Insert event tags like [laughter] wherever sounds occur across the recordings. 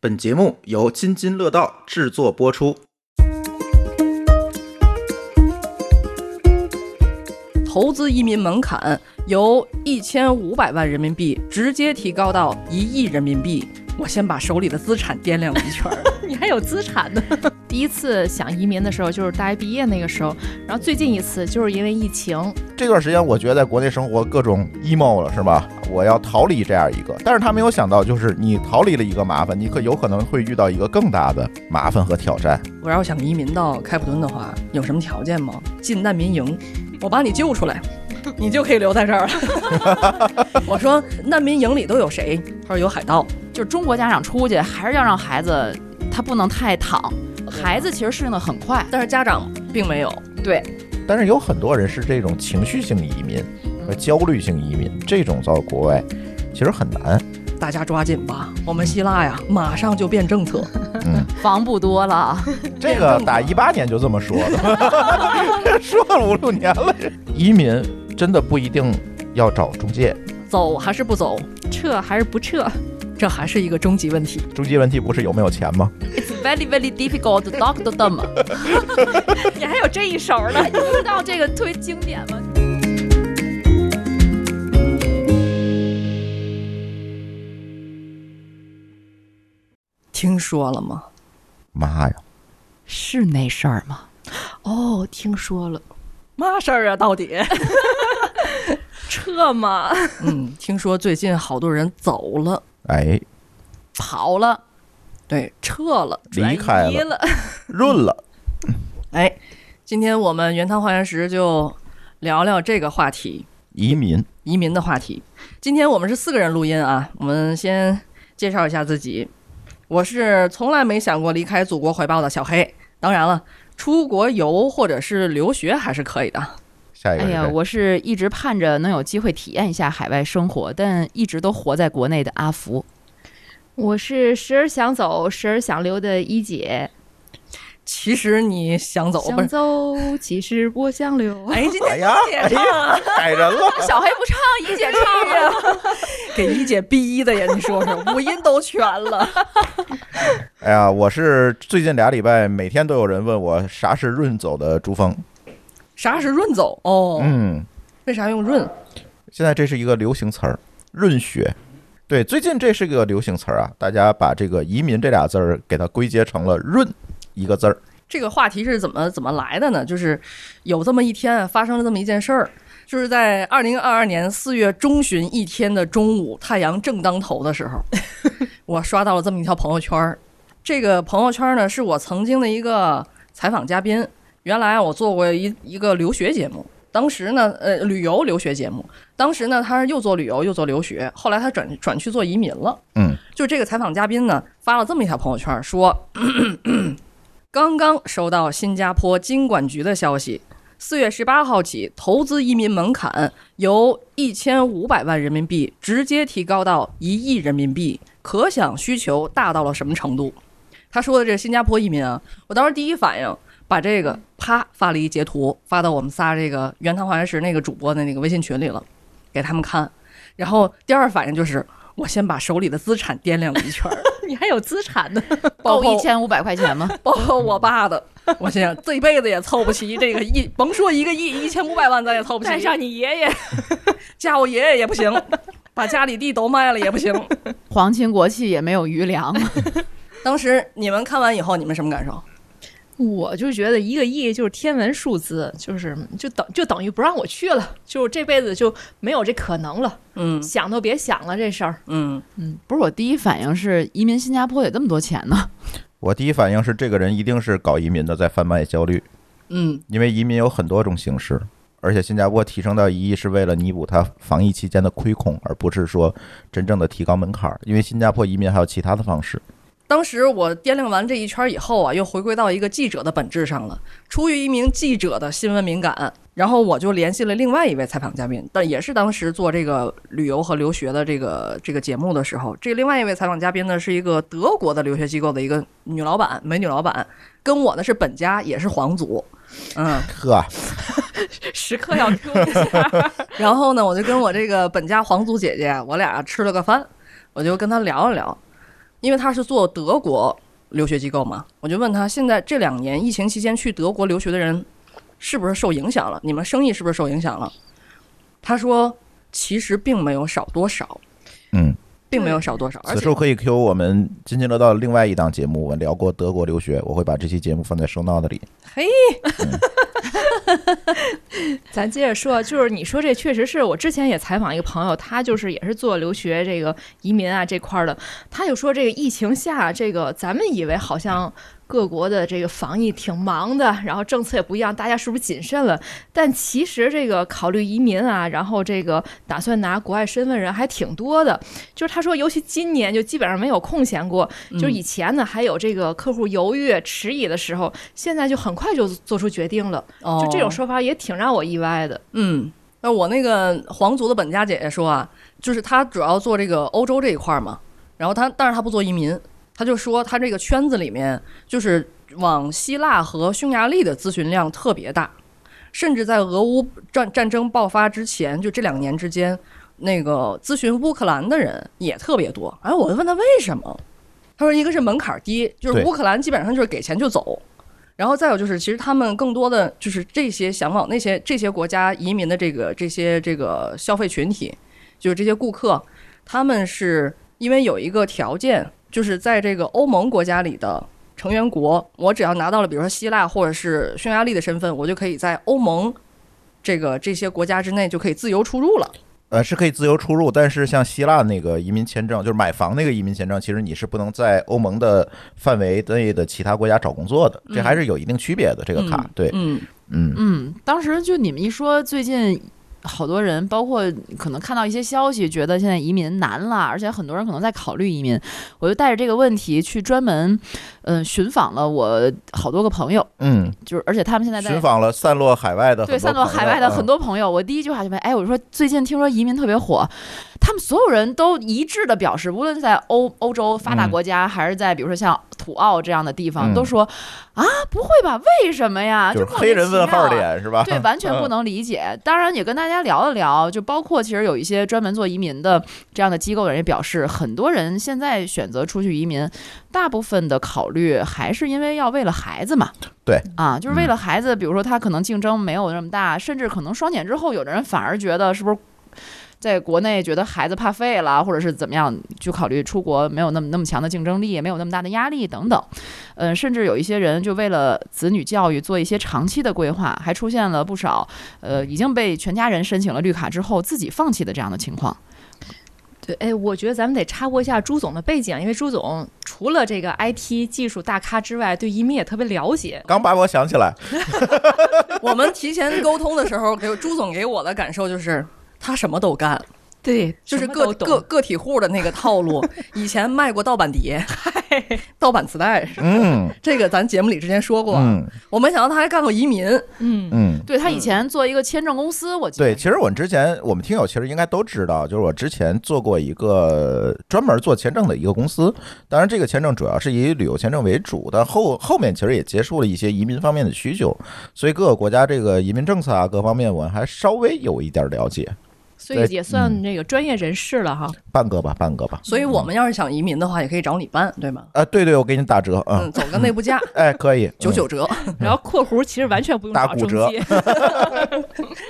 本节目由津津乐道制作播出。投资移民门槛由一千五百万人民币直接提高到一亿人民币。我先把手里的资产掂量一圈 [laughs] 儿，你还有资产 [laughs] 呢。第一次想移民的时候，就是大学毕业那个时候，然后最近一次就是因为疫情，这段时间我觉得在国内生活各种 emo 了，是吧？我要逃离这样一个，但是他没有想到，就是你逃离了一个麻烦，你可有可能会遇到一个更大的麻烦和挑战。我要想移民到开普敦的话，有什么条件吗？进难民营，我把你救出 [laughs] 来，你就可以留在这儿了。我说难民营里都有谁？他说有海盗。就是中国家长出去，还是要让孩子他不能太躺，啊孩子其实适应的很快。但是家长并没有。对，但是有很多人是这种情绪性移民和焦虑性移民，这种到国外其实很难。大家抓紧吧，我们希腊呀，马上就变政策。嗯，房不多了，啊这个打一八年就这么说的，说了 [laughs] 五六年了。移民真的不一定要找中介，走还是不走， [laughs] 撤还是不撤？这还是一个终极问题。中介问题不是有没有钱吗？ It's very very difficult to talk to them。[laughs] [laughs] 你还有这一手呢？你不知道这个特别经典吗？听说了吗？妈呀！是那事儿吗？哦，听说了，嘛事儿啊？到底？撤嘛？ [laughs] 嗯，听说最近好多人走了，哎， [laughs] 跑了，对，撤了。离开转移了，了，润了。哎，今天我们原汤化原食就聊聊这个话题，移民，移民的话题。今天我们是四个人录音啊，我们先介绍一下自己。我是从来没想过离开祖国怀抱的小黑，当然了，出国游或者是留学还是可以的。下一个哎是谁。呀，我是一直盼着能有机会体验一下海外生活，但一直都活在国内的阿福。我是时而想走，时而想留的一姐，其实你想走不想是？走，其实我想留。哎，今哎呀，天姐唱啊，改人了。 [laughs] 小黑不唱，一姐唱呀。给一姐逼的呀！你说说，五音都全了。 [laughs] 哎呀，我是最近俩礼拜每天都有人问我啥是润走的珠峰。啥是润走？哦，嗯，为啥用润？现在这是一个流行词儿，润学。对，最近这是个流行词儿啊，大家把这个移民这俩字儿给它归结成了润一个字儿。这个话题是怎么怎么来的呢？就是有这么一天啊发生了这么一件事儿，就是在二零二二年四月中旬一天的中午，太阳正当头的时候，我刷到了这么一条朋友圈儿。这个朋友圈儿呢，是我曾经的一个采访嘉宾。原来啊我做过一一个留学节目，当时呢，呃，旅游留学节目，当时呢，他是又做旅游又做留学，后来他转转去做移民了。嗯，就这个采访嘉宾呢，发了这么一条朋友圈，说刚刚收到新加坡金管局的消息，四月十八号起，投资移民门槛由一千五百万人民币直接提高到一亿人民币，可想需求大到了什么程度？他说的这新加坡移民啊，我当时第一反应。把这个啪发了一截图，发到我们仨这个原汤化原食那个主播的那个微信群里了，给他们看。然后第二反应就是，我先把手里的资产掂量了一圈 [laughs] 儿， [laughs] 你还有资产呢？包够括一千五百块钱 [laughs] 吗？包括我爸的。我心想，这辈子也凑不齐这个亿，甭说一个亿，一千五百万咱也凑不齐。带上你爷爷，嫁我爷爷也不行，把家里地都卖了也不行。皇亲国戚也没有余粮。嗯当时你们看完以后，你们什么感受？我就觉得一个亿就是天文数字，就是就等就等于不让我去了，就这辈子就没有这可能了，嗯想都别想了这事儿。嗯，嗯，不是，我第一反应是移民新加坡有这么多钱呢。我第一反应是这个人一定是搞移民的，在贩卖焦虑，嗯，因为移民有很多种形式，而且新加坡提升到一亿是为了弥补它防疫期间的亏空，而不是说真正的提高门槛儿。因为新加坡移民还有其他的方式。当时我掂量完这一圈以后啊，又回归到一个记者的本质上了。出于一名记者的新闻敏感，然后我就联系了另外一位采访嘉宾，但也是当时做这个旅游和留学的这个这个节目的时候，这另外一位采访嘉宾呢是一个德国的留学机构的一个女老板，美女老板，跟我呢是本家，也是皇族，嗯，呵，时刻要 Q 一下，然后呢，我就跟我这个本家皇族姐姐，我俩吃了个饭，我就跟她聊一聊，因为他是做德国留学机构嘛，我就问他现在这两年疫情期间去德国留学的人是不是受影响了？你们生意是不是受影响了？他说其实并没有少多少，嗯，并没有少多少，而此且处可以 Q 我们津津乐道另外一档节目，我们聊过德国留学，我会把这期节目放在收 n 那里。咱接着说，就是你说这确实是我之前也采访一个朋友，他就是也是做留学这个移民啊这块儿的，他就说这个疫情下，这个咱们以为好像各国的这个防疫挺忙的，然后政策也不一样，大家是不是谨慎了？但其实这个考虑移民啊，然后这个打算拿国外身份人还挺多的，就是他说，尤其今年就基本上没有空闲过，嗯就是以前呢还有这个客户犹豫迟疑的时候，现在就很快就做出决定了。就这种说。说法也挺让我意外的。嗯，那我那个皇族的本家姐姐说啊，就是她主要做这个欧洲这一块儿嘛，然后她但是她不做移民，她就说她这个圈子里面就是往希腊和匈牙利的咨询量特别大，甚至在俄乌战战争爆发之前，就这两年之间，那个咨询乌克兰的人也特别多。哎，我就问她为什么，她说一个是门槛儿低，就是对乌克兰基本上就是给钱就走。然后再有就是，其实他们更多的就是这些想往那些这些国家移民的这个这些这个消费群体，就是这些顾客，他们是因为有一个条件，就是在这个欧盟国家里的成员国，我只要拿到了比如说希腊或者是匈牙利的身份，我就可以在欧盟这个这些国家之内就可以自由出入了。呃，是可以自由出入，但是像希腊那个移民签证，就是买房那个移民签证，其实你是不能在欧盟的范围内的其他国家找工作的，这还是有一定区别的。这个卡，对，嗯，嗯，嗯，当时就你们一说最近。好多人，包括可能看到一些消息，觉得现在移民难了，而且很多人可能在考虑移民。我就带着这个问题去专门，嗯、寻访了我好多个朋友，嗯，就是而且他们现在在寻访了散落海外的很多对散落朋友海外的嗯很多朋友，我第一句话就问，哎，我说最近听说移民特别火，他们所有人都一致的表示，无论在欧欧洲发达嗯国家，还是在比如说像土澳这样的地方，嗯都说啊，不会吧？为什么呀？就是莫黑名人其问妙号啊脸是吧？嗯对，完全不能理解。当然也跟大家聊一聊，就包括其实有一些专门做移民的这样的机构的人也表示，很多人现在选择出去移民，大部分的考虑还是因为要为了孩子嘛。对啊，就是为嗯了孩子，比如说他可能竞争没有那么大，甚至可能双减之后，有的人反而觉得是不是？在国内觉得孩子怕废了，或者是怎么样，就考虑出国没有那么那么强的竞争力，没有那么大的压力等等。嗯，甚至有一些人就为了子女教育做一些长期的规划，还出现了不少呃已经被全家人申请了绿卡之后自己放弃的这样的情况。对，哎，我觉得咱们得插播一下朱总的背景，因为朱总除了这个 IT 技术大咖之外，对移民也特别了解。 [laughs] 刚把我想起来，我们提前沟通的时候，给朱总给我的感受就是他什么都干，对，就是个个个体户的那个套路。 [laughs] 以前卖过盗版碟、盗版磁带，嗯这个咱节目里之前说过。嗯我没想到他还干过移民，嗯，嗯。对他以前做一个签证公司，我记得对，其实我们之前我们听友其实应该都知道，就是我之前做过一个专门做签证的一个公司，当然这个签证主要是以旅游签证为主，但后后面其实也接触了一些移民方面的需求，所以各个国家这个移民政策啊各方面我还稍微有一点了解，所以也嗯算这个专业人士了哈。半个吧，半个吧。所以我们要是想移民的话，也可以找你办，对吗？啊，对对，我给你打折啊，嗯，走个内部价，哎，可以，九嗯九折，然后括弧其实完全不用打找骨中折介，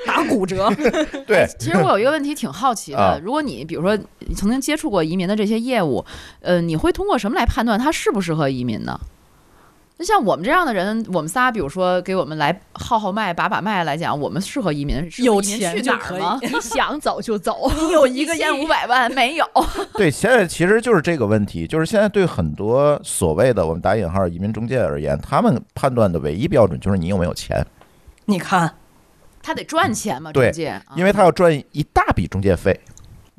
打骨折。嗯哎对，其实我有一个问题挺好奇啊的，如果你比如说你曾经接触过移民的这些业务，呃，你会通过什么来判断他适不适合移民呢？那像我们这样的人，我们仨，比如说给我们来号号脉、把把脉来讲，我们适合移民，适合有移民钱去就哪儿可以吗？你想走就走。你有一个千五百万没有？对，现在其实就是这个问题，就是现在对很多所谓的我们打引号移民中介而言，他们判断的唯一标准就是你有没有钱， [laughs] 你看，他得赚钱嘛，嗯对中介，因为他要赚一大笔中介费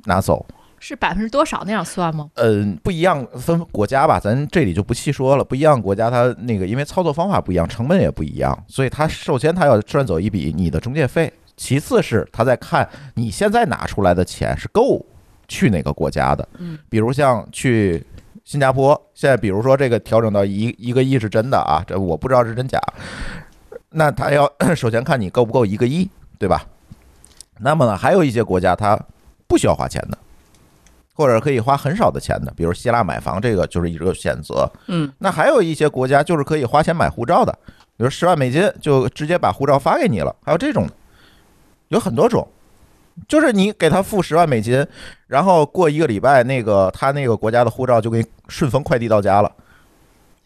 拿走。是百分之多少那样算吗？嗯，不一样分国家吧，咱这里就不细说了。不一样国家，它那个因为操作方法不一样，成本也不一样，所以它首先它要赚走一笔你的中介费，其次是他在看你现在拿出来的钱是够去哪个国家的。嗯，比如像去新加坡，现在比如说这个调整到一一个亿是真的啊，这我不知道是真假。那他要 [clears throat] 首先看你够不够一个亿，对吧？那么呢，还有一些国家它不需要花钱的，或者可以花很少的钱的，比如希腊买房这个就是一个选择。嗯，那还有一些国家就是可以花钱买护照的，比如十万美金就直接把护照发给你了，还有这种的，有很多种。就是你给他付十万美金，然后过一个礼拜，那个他那个国家的护照就给你顺丰快递到家了，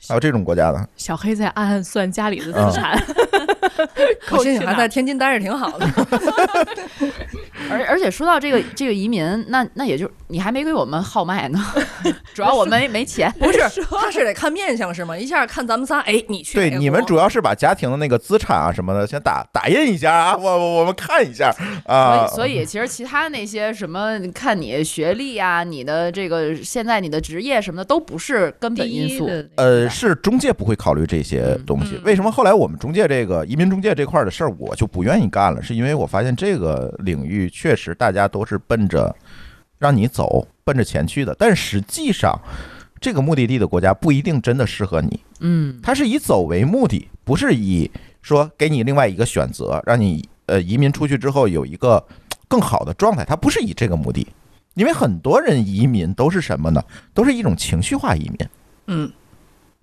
还有这种国家的。小黑在暗暗算家里的啊资产， [laughs] 我心去想还哪在天津待着挺好 [laughs] 的。而而且说到这个这个移民，那那也就你还没给我们号脉呢，主要我们没钱。不是，他是得看面相是吗？一下看咱们仨，哎，你去哪对，个国。你们主要是把家庭的那个资产啊什么的先打打印一下啊，我我我们看一下 [laughs] 啊。所以，所以其实其他那些什么，你看你学历啊，你的这个现在你的职业什么的，都不是根本因素。的呃，是中介不会考虑这些东西。嗯为什么后来我们中介这个移民中介这块的事儿，我就不愿意干了？是因为我发现这个领域确实大家都是奔着让你走，奔着钱去的，但实际上这个目的地的国家不一定真的适合你。嗯，它是以走为目的，不是以说给你另外一个选择，让你呃移民出去之后有一个更好的状态，它不是以这个目的。因为很多人移民都是什么呢？都是一种情绪化移民，嗯，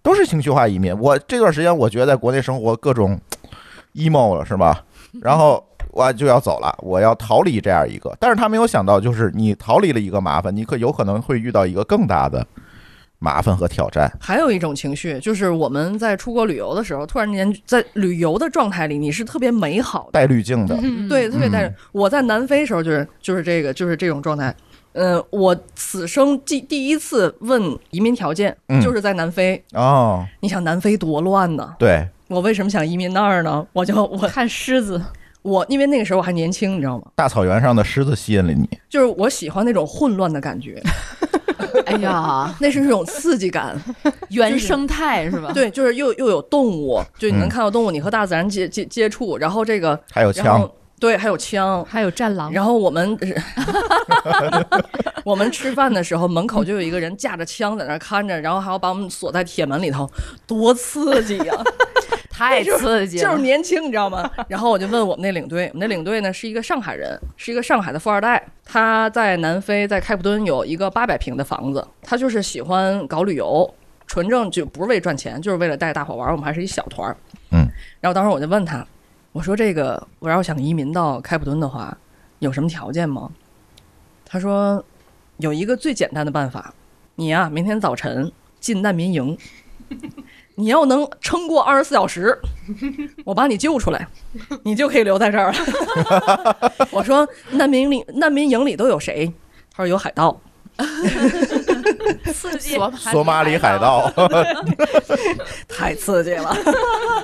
都是情绪化移民。我这段时间我觉得在国内生活各种 emo 了，是 [laughs] 吧？然后我就要走了，我要逃离这样一个。但是他没有想到，就是你逃离了一个麻烦，你可有可能会遇到一个更大的麻烦和挑战。还有一种情绪，就是我们在出国旅游的时候，突然间在旅游的状态里，你是特别美好的，带滤镜的，对，特别带着嗯。我在南非时候就是就是这个就是这种状态。嗯，我此生第第一次问移民条件嗯，就是在南非。哦，你想南非多乱呢？对，我为什么想移民那儿呢？我就我看狮子，我，因为那个时候我还年轻，你知道吗？大草原上的狮子吸引了你，就是我喜欢那种混乱的感觉， [laughs] 哎 [laughs] 呀，那是一种刺激感。原生态是吧？，对，就是又又有动物，就你能嗯看到动物，你和大自然接接接触，然后这个，还有然枪后，对，还有枪。还有战狼，然后我们， [laughs] 我们吃饭的时候，门口就有一个人架着枪在那儿看着，然后还要把我们锁在铁门里头，多刺激啊呀、太刺激就了是。年轻，你知道吗？然后我就问我们那领队，我们那领队呢是一个上海人，是一个上海的富二代，他在南非在开普敦有一个八百平的房子，他就是喜欢搞旅游，纯正就不是为赚钱，就是为了带大伙玩儿。我们还是一小团儿，嗯。然后当时我就问他，我说这个我要想移民到开普敦的话，有什么条件吗？他说有一个最简单的办法，你呀、明天早晨进难民营。你要能撑过二十四小时，我把你救出来， [laughs] 你就可以留在这儿了。 [laughs] 我说难民里难民营里都有谁？他说有海盗。刺激 [laughs] 索索马里海。盗，太刺激了，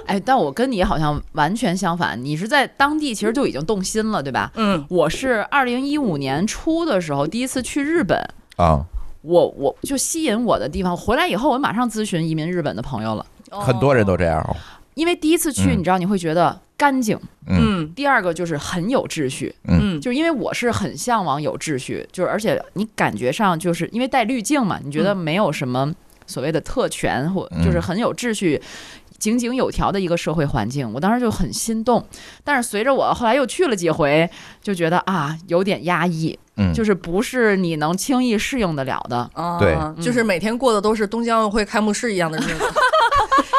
哎，但我跟你好像完全相反，你是在当地其实就已经动心了，对吧？嗯，我是二零一五年初的时候第一次去日本， [laughs] 啊，我我就吸引我的地方，回来以后我马上咨询移民日本的朋友了， [laughs] 很多人都这样哦，因为第一次去，嗯你知道你会觉得干净，嗯第二个就是很有秩序，嗯，就是因为我是很向往有秩序，就是而且你感觉上就是因为带滤镜嘛，你觉得没有什么所谓的特权或嗯就是很有秩序。井井有条的一个社会环境，我当时就很心动。但是随着我后来又去了几回，就觉得啊，有点压抑，嗯，就是不是你能轻易适应得了的。啊，对嗯就是每天过的都是东京奥运会开幕式一样的日子。 [laughs]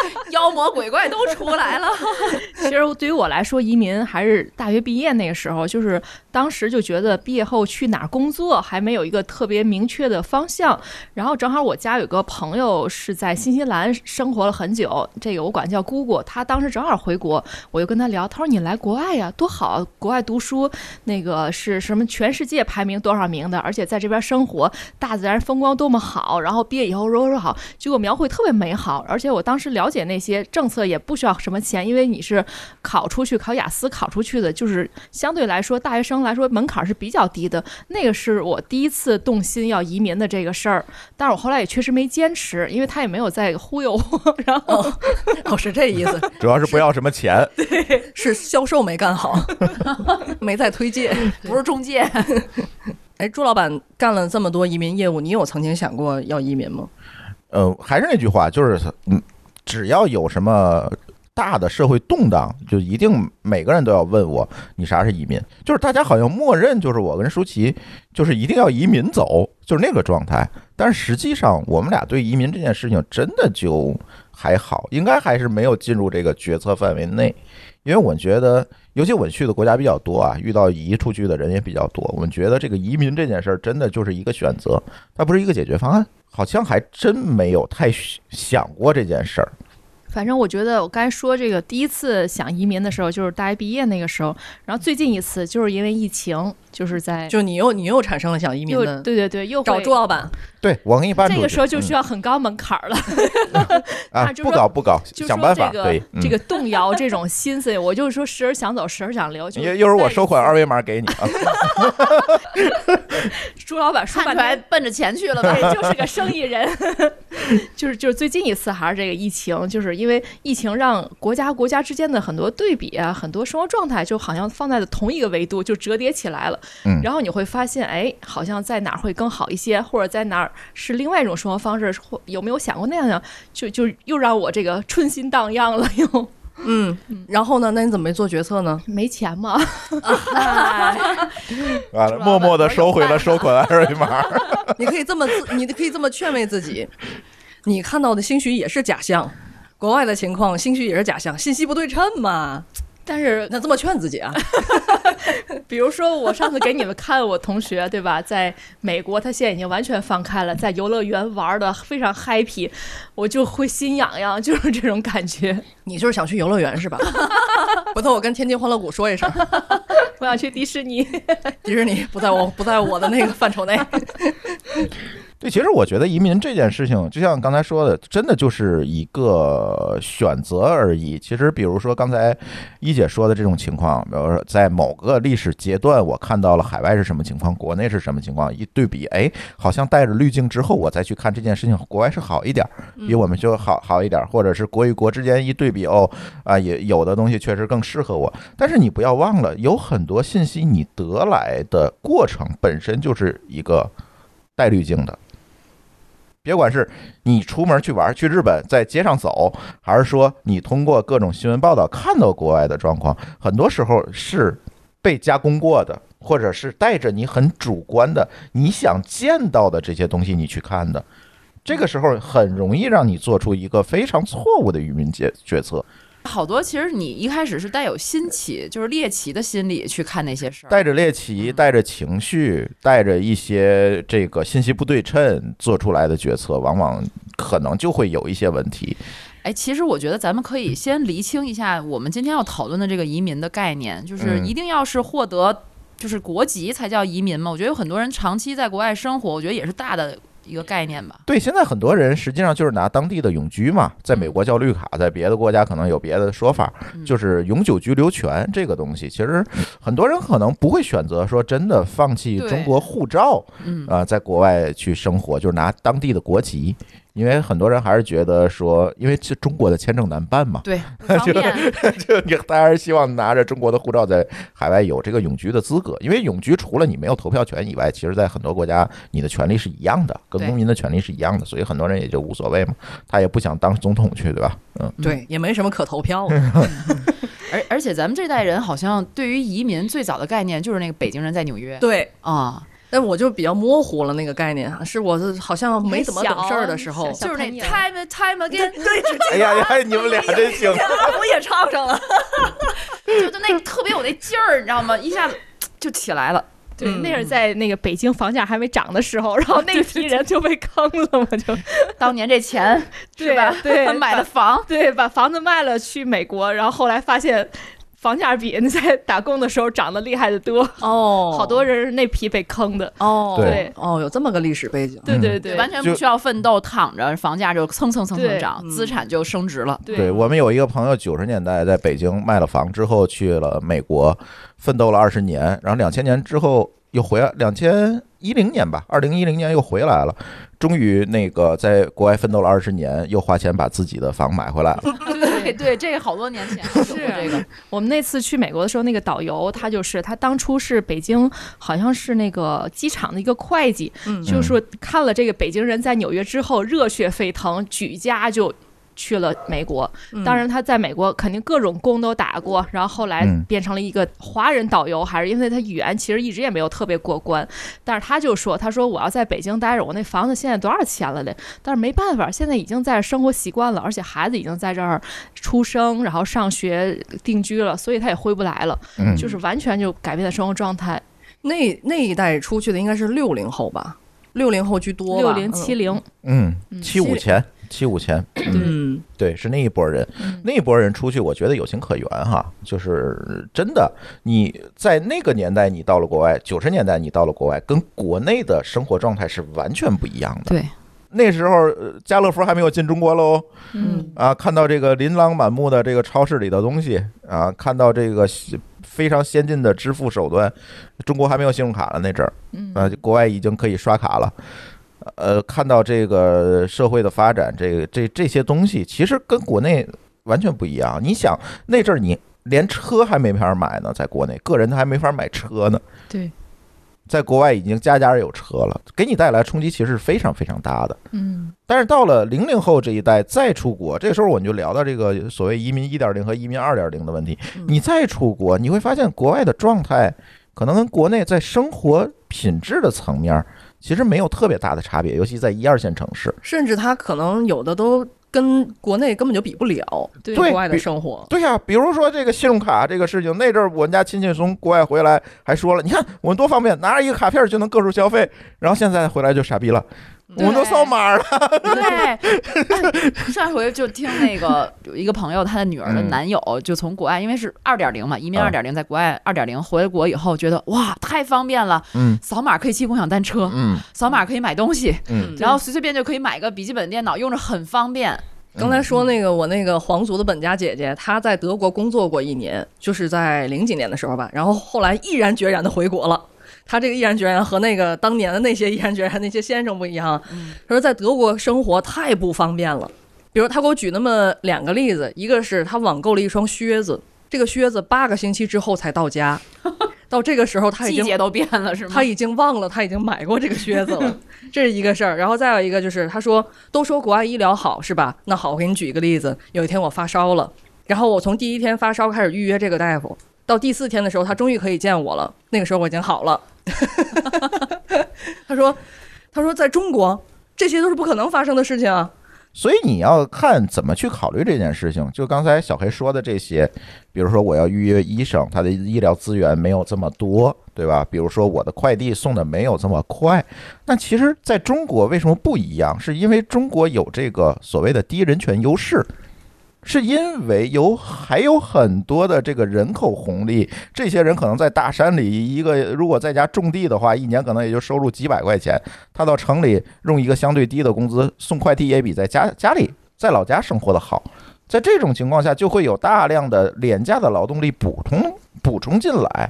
[laughs] 妖魔鬼怪都出来了， [laughs] 其实对于我来说，移民还是大学毕业那个时候，就是当时就觉得毕业后去哪儿工作还没有一个特别明确的方向。然后正好我家有个朋友是在新西兰生活了很久，这个我管叫姑姑，她当时正好回国，我就跟她聊，她说你来国外呀，多好啊，国外读书那个是什么全世界排名多少名的，而且在这边生活，大自然风光多么好，然后毕业以后如何好，就给我描绘特别美好。而且我当时了解那些政策也不需要什么钱，因为你是考出去考雅思考出去的，就是相对来说大学生来说门槛是比较低的。那个是我第一次动心要移民的这个事儿，但是我后来也确实没坚持，因为他也没有在忽悠我。 [laughs] 然后哦，哦是这意思，主要是不要什么钱，是销售没干好， [laughs] 没在推介。不是中介。哎，朱老板干了这么多移民业务，你有曾经想过要移民吗？呃，还是那句话，就是嗯，只要有什么大的社会动荡，就一定每个人都要问我你啥是移民，就是大家好像默认就是我跟舒淇就是一定要移民走，就是那个状态。但是实际上，我们俩对移民这件事情真的就还好，应该还是没有进入这个决策范围内，因为我觉得，尤其我去的国家比较多啊，遇到移出去的人也比较多，我们觉得这个移民这件事儿真的就是一个选择，它不是一个解决方案，好像还真没有太想过这件事儿。反正我觉得我刚才说这个第一次想移民的时候，就是大学毕业那个时候，然后最近一次就是因为疫情，就是在就你又你又产生了想移民又的，对对对，又找会朱老板，对我给你搬出这去，个时候就需嗯要很高门槛儿了，啊那，就不说搞不搞，就想说办这法个可以。嗯 [laughs] 这个动摇这种心思，我就是说时而想走，时而想留，就一一会儿我收回款二维码给你 [laughs] 啊。朱老板 [laughs] 说看半出 [laughs] 来天奔着钱去了吧？对，就是个生意人。 [laughs] 就是就是最近一次还是这个疫情，就是因为疫情让国家国家之间的很多对比啊，很多生活状态就好像放在了同一个维度，就折叠起来了。嗯然后你会发现，哎，好像在哪儿会更好一些，或者在哪儿是另外一种生活方式，或有没有想过那样呀？就就又让我这个春心荡漾了，又嗯，然后呢？那你怎么没做决策呢？没钱嘛。完了，主要默默的我有收回了办收款二维码。你可以这么自，你可以这么劝慰自己，你看到的兴许也是假象，国外的情况兴许也是假象，信息不对称嘛。但是那这么劝自己啊，比如说，我上次给你们看我同学，对吧？在美国，他现在已经完全放开了，在游乐园玩的非常 happy，我就会心痒痒，就是这种感觉。你就是想去游乐园是吧？ [laughs] 回头我跟天津欢乐谷说一声，我想去迪士尼，迪士尼不在我不在我的那个范畴内。对，其实我觉得移民这件事情，就像刚才说的，真的就是一个选择而已。其实，比如说刚才一姐说的这种情况，比如说在某个历史阶段，我看到了海外是什么情况，国内是什么情况，一对比，哎，好像带着滤镜之后，我再去看这件事情，国外是好一点儿，比我们就好好一点儿，或者是国与国之间一对比，哦，啊，也有的东西确实更适合我。但是你不要忘了，有很多信息你得来的过程本身就是一个带滤镜的。别管是你出门去玩，去日本在街上走，还是说你通过各种新闻报道看到国外的状况，很多时候是被加工过的，或者是带着你很主观的你想见到的这些东西你去看的。这个时候很容易让你做出一个非常错误的移民决决策，好多其实你一开始是带有新奇，就是猎奇的心理去看那些事儿。带着猎奇，带着情绪，带着一些这个信息不对称做出来的决策，往往可能就会有一些问题。哎，其实我觉得咱们可以先厘清一下我们今天要讨论的这个移民的概念，就是嗯一定要是获得就是国籍才叫移民嘛。我觉得有很多人长期在国外生活，我觉得也是大的一个概念吧。对，现在很多人实际上就是拿当地的永居嘛，在美国叫绿卡，在别的国家可能有别的说法，嗯就是永久居留权这个东西，其实很多人可能不会选择说真的放弃对中国护照嗯，啊、呃在国外去生活，就是拿当地的国籍，因为很多人还是觉得说，因为这中国的签证难办嘛，对，不方便。 [laughs] 这个大家是希望拿着中国的护照在海外有这个永居的资格，因为永居除了你没有投票权以外，其实在很多国家你的权利是一样的，跟对公民的权利是一样的，所以很多人也就无所谓嘛，他也不想当总统去，对吧？嗯，对，也没什么可投票的。而而且咱们这代人好像对于移民最早的概念就是那个北京人在纽约对，啊，但我就比较模糊了那个概念啊，是我是好像没怎么懂事儿的时候还，小就是那太阳 time and time again，对， [laughs] 哎呀呀，你们俩真行，我也唱上了。就就那特别有那劲儿，你知道吗？一下子就起来了。对，嗯那是在那个北京房价还没涨的时候，[laughs] 然后那批人就被坑了嘛，就当年这 [laughs] 钱是对吧？ [laughs] 对买的房，对，把房子卖了去美国，然后后来发现房价比你在打工的时候涨得厉害的多，哦，好多人是那批被坑的。哦，对哦，有这么个历史背景。对对对，对，完全不就需要奋斗，躺着房价就蹭蹭蹭蹭对涨，嗯资产就升值了。对我们有一个朋友，九十年代在北京卖了房之后去了美国，奋斗了二十年，然后两千年之后又回来，两千一零年吧，二零一零年又回来了，终于那个在国外奋斗了二十年，又花钱把自己的房买回来了。 [laughs] 嗯 [laughs] 对对，这个好多年前是这个，我们那次去美国的时候，那个导游他就是他当初是北京，好像是那个机场的一个会计，嗯就是看了这个北京人在纽约之后热血沸腾，举家就去了美国，嗯当然他在美国肯定各种工都打过，然后后来嗯变成了一个华人导游，还是因为他语言其实一直也没有特别过关，但是他就说，他说我要在北京待着，我那房子现在多少钱了嘞？但是没办法，现在已经在生活习惯了，而且孩子已经在这儿出生，然后上学定居了，所以他也回不来了，嗯，就是完全就改变了生活状态。那那一代出去的应该是六零后吧，六零后居多六吧，零七零，嗯，嗯七五前，七五前，嗯，对，是那一波人，那一波人出去，我觉得有情可原哈，就是真的，你在那个年代你到了国外，九十年代你到了国外，跟国内的生活状态是完全不一样的。对，那时候呃家乐福还没有进中国喽，嗯啊，看到这个琳琅满目的这个超市里的东西啊，看到这个西非常先进的支付手段，中国还没有信用卡了那阵儿，嗯啊，国外已经可以刷卡了。呃，看到这个社会的发展，这个这这些东西其实跟国内完全不一样。你想那阵儿你连车还没法买呢，在国内个人他还没法买车呢，对，在国外已经家家有车了，给你带来冲击其实是非常非常大的。嗯但是到了零零后这一代再出国，这时候我们就聊到这个所谓移民一点零和移民二点零的问题嗯。你再出国，你会发现国外的状态可能跟国内在生活品质的层面儿其实没有特别大的差别，尤其在一二线城市。甚至他可能有的都跟国内根本就比不了，对对国外的比生活，对呀、比如说这个信用卡这个事情，那阵儿我们家亲戚从国外回来还说了，你看我们多方便，拿着一个卡片儿就能各处消费，然后现在回来就傻逼了，我们都对扫码儿了。对，哎上回就听那个有一个朋友，他的女儿的嗯男友就从国外，因为是二点零嘛，移民啊二点零，在国外二点零回国以后，觉得哇太方便了，嗯扫码可以骑共享单车，嗯扫码可以买东西，嗯，然后随随便就可以买个笔记本电脑，用着很方便。刚才说那个我那个皇族的本家姐姐，她在德国工作过一年，就是在零几年的时候吧，然后后来毅然决然的回国了。她这个毅然决然和那个当年的那些毅然决然那些先生不一样，她说在德国生活太不方便了。比如她给我举那么两个例子，一个是她网购了一双靴子，这个靴子八个星期之后才到家，到这个时候她已季经节都变了是吗他？已经忘了他已经买过这个靴子了，这是一个事儿。然后再有一个就是，他说都说国外医疗好是吧？那好，我给你举一个例子，有一天我发烧了，然后我从第一天发烧开始预约这个大夫，到第四天的时候，他终于可以见我了，那个时候我已经好了。 [laughs] 他说，他说在中国这些都是不可能发生的事情啊。所以你要看怎么去考虑这件事情。就刚才小黑说的这些，比如说我要预约医生，他的医疗资源没有这么多，对吧？比如说我的快递送的没有这么快，那其实在中国为什么不一样？是因为中国有这个所谓的低人权优势。是因为有还有很多的这个人口红利，这些人可能在大山里一个如果在家种地的话，一年可能也就收入几百块钱，他到城里用一个相对低的工资送快递，也比在家家里在老家生活的好。在这种情况下，就会有大量的廉价的劳动力补充补充进来，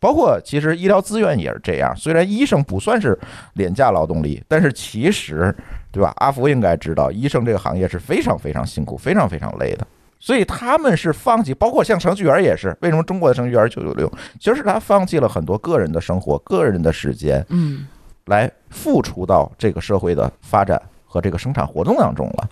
包括其实医疗资源也是这样。虽然医生不算是廉价劳动力，但是其实对吧？阿福应该知道，医生这个行业是非常非常辛苦、非常非常累的。所以他们是放弃，包括像程序员也是。为什么中国的程序员九九六？其实是他放弃了很多个人的生活、个人的时间，嗯，来付出到这个社会的发展和这个生产活动当中了。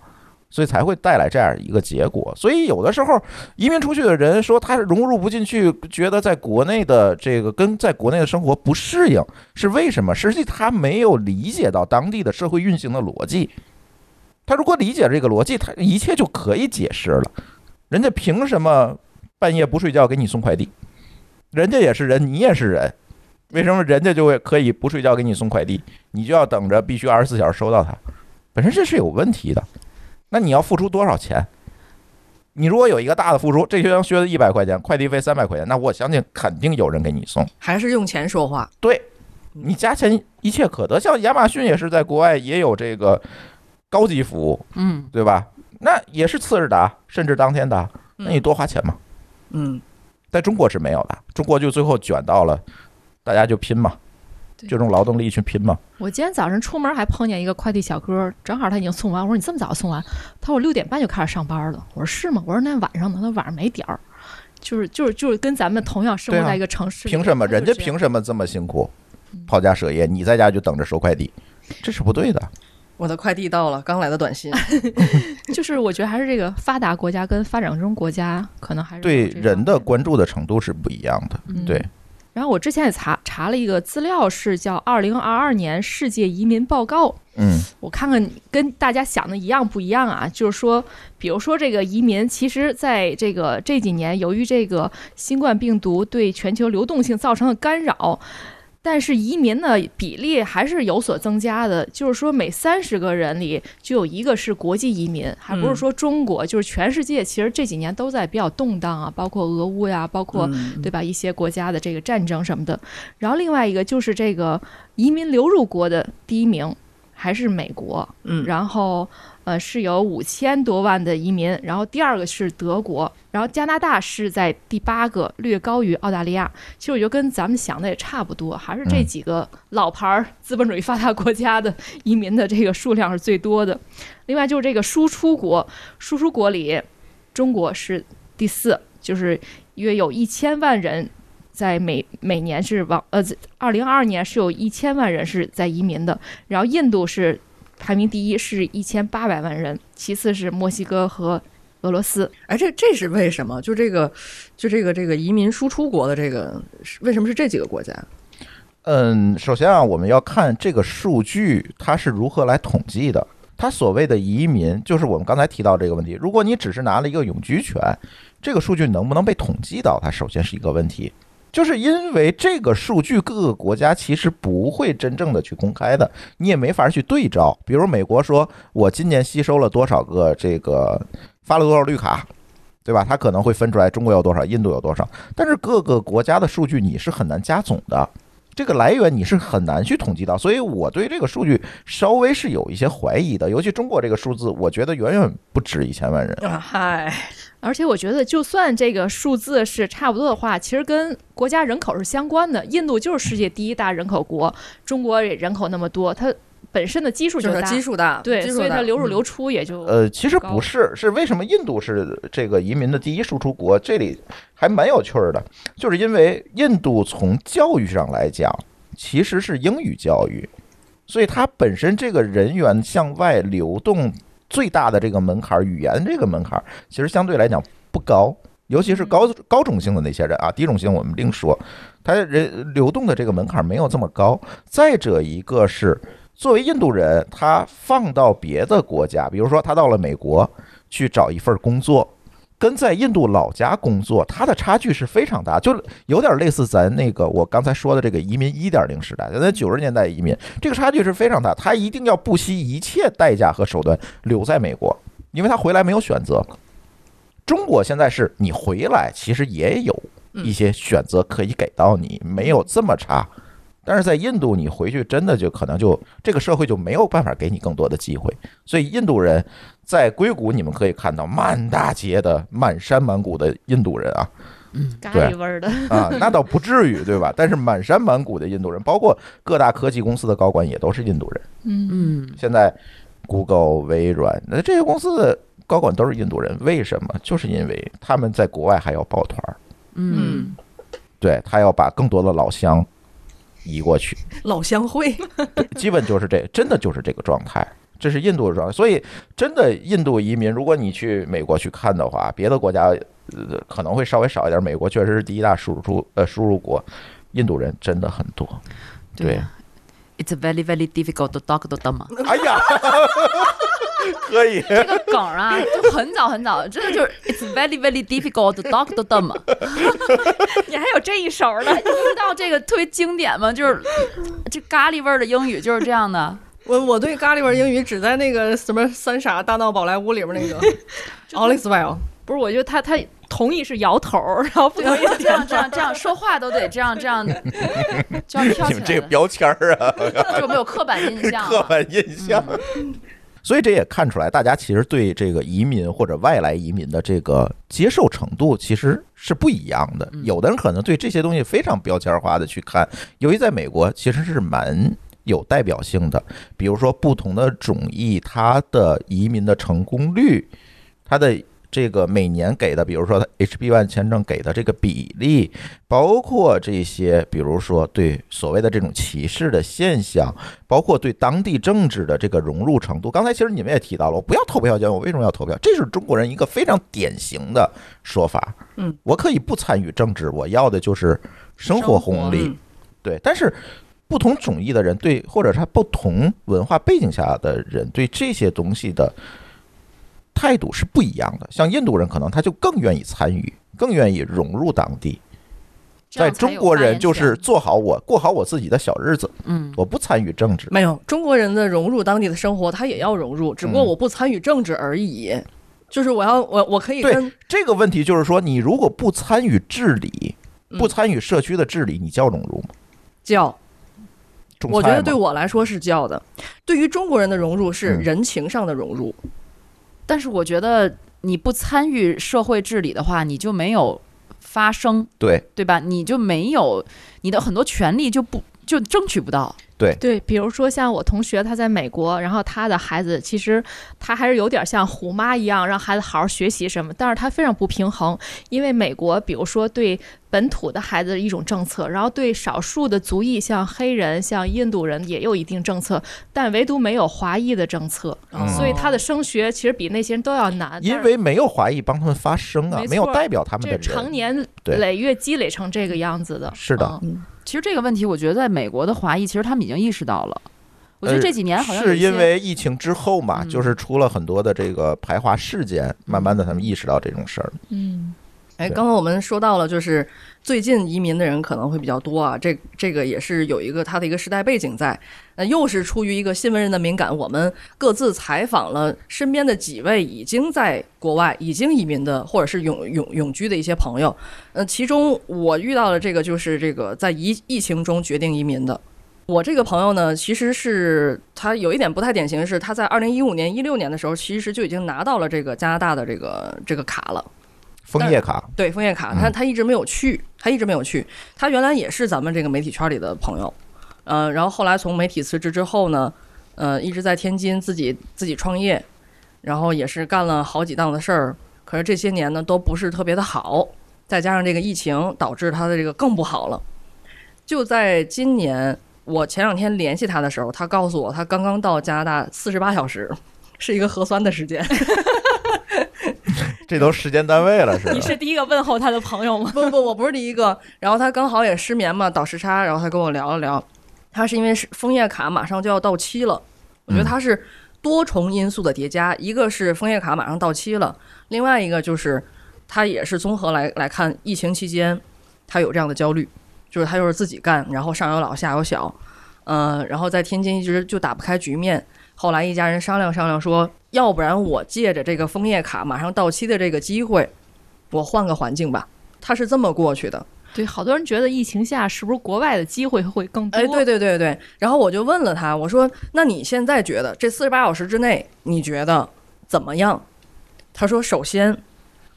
所以才会带来这样一个结果。所以有的时候移民出去的人说他融入不进去，觉得在国内的这个跟在国内的生活不适应，是为什么？实际他没有理解到当地的社会运行的逻辑。他如果理解这个逻辑，他一切就可以解释了。人家凭什么半夜不睡觉给你送快递？人家也是人，你也是人，为什么人家就会可以不睡觉给你送快递，你就要等着必须二十四小时收到它？本身这是有问题的。那你要付出多少钱？你如果有一个大的付出，这学生靴子一百块钱，快递费三百块钱，那我相信肯定有人给你送。还是用钱说话，对，你加钱一切可得。像亚马逊也是在国外也有这个高级服务，嗯，对吧？那也是次日达，甚至当天达，那你多花钱嘛。嗯，在中国是没有的，中国就最后卷到了，大家就拼嘛，对就用劳动力去拼嘛。我今天早上出门还碰见一个快递小哥，正好他已经送完。我说你这么早送完？他说我六点半就开始上班了。我说是吗？我说那晚上呢？他说晚上没点儿，就是就是就是跟咱们同样生活对啊在一个城市里，凭什么他就人家这样凭什么这么辛苦，抛家舍业，你在家就等着收快递，这是不对的。我的快递到了，刚来的短信。就是我觉得还是这个发达国家跟发展中国家可能还是对有这人方的面关注的程度是不一样的。嗯对，然后我之前也查查了一个资料，是叫《二零二二年世界移民报告》，嗯，我看看跟大家想的一样不一样啊？就是说，比如说这个移民，其实在这个这几年，由于这个新冠病毒对全球流动性造成的干扰，但是移民的比例还是有所增加的。就是说，每三十个人里就有一个是国际移民，还不是说中国，就是全世界其实这几年都在比较动荡啊，包括俄乌呀，包括嗯对吧？一些国家的这个战争什么的。然后另外一个就是这个移民流入国的第一名还是美国，嗯，然后呃是有五千多万的移民，然后第二个是德国，然后加拿大是在第八个，略高于澳大利亚。其实我觉得跟咱们想的也差不多，还是这嗯几个老牌儿资本主义发达国家的移民的这个数量是最多的。另外就是这个输出国，输出国里中国是第四，就是约有一千万人。在每每年是往呃，二零二二年是有一千万人是在移民的，然后印度是排名第一是一千八百万人，其次是墨西哥和俄罗斯。哎，这这是为什么？就这个，就这个这个移民输出国的这个，是为什么是这几个国家？嗯，首先啊，我们要看这个数据它是如何来统计的。它所谓的移民，就是我们刚才提到这个问题。如果你只是拿了一个永居权，这个数据能不能被统计到，它首先是一个问题。就是因为这个数据，各个国家其实不会真正的去公开的，你也没法去对照。比如美国说，我今年吸收了多少个这个发了多少绿卡，对吧？它可能会分出来中国有多少，印度有多少，但是各个国家的数据你是很难加总的。这个来源你是很难去统计到，所以我对这个数据稍微是有一些怀疑的。尤其中国这个数字，我觉得远远不止一千万人。啊，嗨，而且我觉得，就算这个数字是差不多的话，其实跟国家人口是相关的。印度就是世界第一大人口国，中国也人口那么多，它本身的基数就是它大，基数大，对，基数所以它大流入嗯流出也就、呃，其实不是，是为什么印度是这个移民的第一输出国？这里还蛮有趣儿的，就是因为印度从教育上来讲，其实是英语教育，所以它本身这个人员向外流动最大的这个门槛儿，语言这个门槛儿，其实相对来讲不高。尤其是高高种姓的那些人啊，低种姓我们另说，他人流动的这个门槛儿没有这么高。再者一个是，作为印度人，他放到别的国家，比如说他到了美国去找一份工作，跟在印度老家工作，他的差距是非常大，就有点类似咱那个我刚才说的这个移民一点零时代，咱在九十年代移民，这个差距是非常大，他一定要不惜一切代价和手段留在美国，因为他回来没有选择。中国现在是你回来，其实也有一些选择可以给到你，没有这么差。但是在印度，你回去真的就可能就这个社会就没有办法给你更多的机会，所以印度人在硅谷你们可以看到满大街的满山满谷的印度人啊咖对喱味儿的。啊，那倒不至于对吧？但是满山满谷的印度人，包括各大科技公司的高管也都是印度人。嗯，嗯，现在 Google、微软那这些公司的高管都是印度人，为什么？就是因为他们在国外还要抱团儿，嗯，对他要把更多的老乡移过去。老乡会， [laughs] 基本就是这，真的就是这个状态。这是印度的状态，所以真的印度移民，如果你去美国去看的话，别的国家呃可能会稍微少一点。美国确实是第一大输出呃输入国，印度人真的很多。对，啊，It's very very difficult to talk to them。哎呀， [laughs] 可以，这个梗啊，就很早很早，真的就是 It's very very difficult to talk to them。你还有这一手呢哎，你，不知道这个特别经典吗？就是这咖喱味儿的英语就是这样的。我我对咖喱味儿英语只在那个什么《三傻大闹宝莱坞》里面 [laughs] 那个 Oliveville，不是？我觉得他他同意是摇头，然后不同意这样这样这样说话都得这样这样，就要飘你起们来这的，标签儿啊， [laughs] 就没有刻板印象啊刻了。嗯板印象。所以这也看出来，大家其实对这个移民或者外来移民的这个接受程度其实是不一样的。嗯有的人可能对这些东西非常标签化的去看，由于在美国其实是蛮有代表性的，比如说不同的种裔，它的移民的成功率，它的。这个每年给的，比如说 HB one 签证给的这个比例，包括这些，比如说对所谓的这种歧视的现象，包括对当地政治的这个融入程度。刚才其实你们也提到了，我不要投票权，我为什么要投票？这是中国人一个非常典型的说法。嗯，我可以不参与政治，我要的就是生活红利。嗯对，但是不同种裔的人对，或者他不同文化背景下的人对这些东西的态度是不一样的。像印度人可能他就更愿意参与，更愿意融入当地。这在样才中有国发人言就是权做好我过好我自己的小日子，嗯，我不参与政治。没有中国人的融入当地的生活，他也要融入，只不过嗯我不参与政治而已。就是我要我我可以对跟这个问题就是说，你如果不参与治理，嗯不参与社区的治理，你叫融入吗？叫，种我觉菜得对吗我来说是叫的。对于中国人的融入是嗯人情上的融入，但是我觉得你不参与社会治理的话，你就没有发声，对对吧？你就没有你的很多权利就不就争取不到。对，比如说像我同学，他在美国，然后他的孩子其实他还是有点像虎妈一样，让孩子好好学习什么，但是他非常不平衡，因为美国比如说对本土的孩子的一种政策，然后对少数的族裔，像黑人、像印度人也有一定政策，但唯独没有华裔的政策，嗯啊所以他的升学其实比那些人都要难，但因是为没有华裔帮他们发声啊没，没有错代表他们这的是人。常年对累月积累成这个样子的，是的嗯其实这个问题，我觉得在美国的华裔，其实他们已经意识到了。我觉得呃这几年好像有是一些因为疫情之后嘛，嗯就是出了很多的这个排华事件，慢慢的他们意识到这种事儿。嗯哎，对刚刚我们说到了，就是最近移民的人可能会比较多啊，这这个也是有一个它的一个时代背景在。那又是出于一个新闻人的敏感，我们各自采访了身边的几位已经在国外、已经移民的或者是永永永居的一些朋友。呃，其中我遇到了这个就是这个在疫疫情中决定移民的。我这个朋友呢，其实是他有一点不太典型，是他在二零一五年、一六年的时候，其实就已经拿到了这个加拿大的这个这个卡了。枫叶卡，对枫叶卡，嗯他他一直没有去，他一直没有去。他原来也是咱们这个媒体圈里的朋友，呃，然后后来从媒体辞职之后呢，呃，一直在天津自己自己创业，然后也是干了好几档的事儿。可是这些年呢，都不是特别的好，再加上这个疫情，导致他的这个更不好了。就在今年，我前两天联系他的时候，他告诉我，他刚刚到加拿大四十八小时，是一个核酸的时间。这都时间单位了，是吧你是第一个问候他的朋友吗？不不，我不是第一个。然后他刚好也失眠嘛，倒时差，然后他跟我聊了聊，他是因为是枫叶卡马上就要到期了，我觉得他是多重因素的叠加，一个是枫叶卡马上到期了，另外一个就是他也是综合来来看，疫情期间他有这样的焦虑，就是他又是自己干，然后上有老下有小，呃，然后在天津一直就打不开局面。后来一家人商量商量说，要不然我借着这个枫叶卡马上到期的这个机会，我换个环境吧。他是这么过去的。对，好多人觉得疫情下是不是国外的机会会更多？哎，对对对对。然后我就问了他，我说：“那你现在觉得这四十八小时之内，你觉得怎么样？”他说：“首先，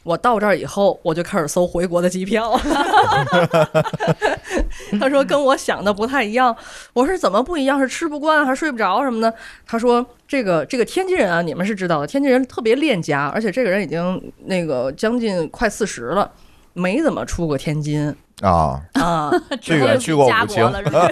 我到这儿以后，我就开始搜回国的机票。”他说：“跟我想的不太一样。”我说：“怎么不一样？是吃不惯还是睡不着什么的？”他说：“这个这个天津人啊，你们是知道的，天津人特别恋家，而且这个人已经那个将近快四十了，没怎么出过天津啊， [laughs] 啊。”这个去过家武国清，了 [laughs] 是吧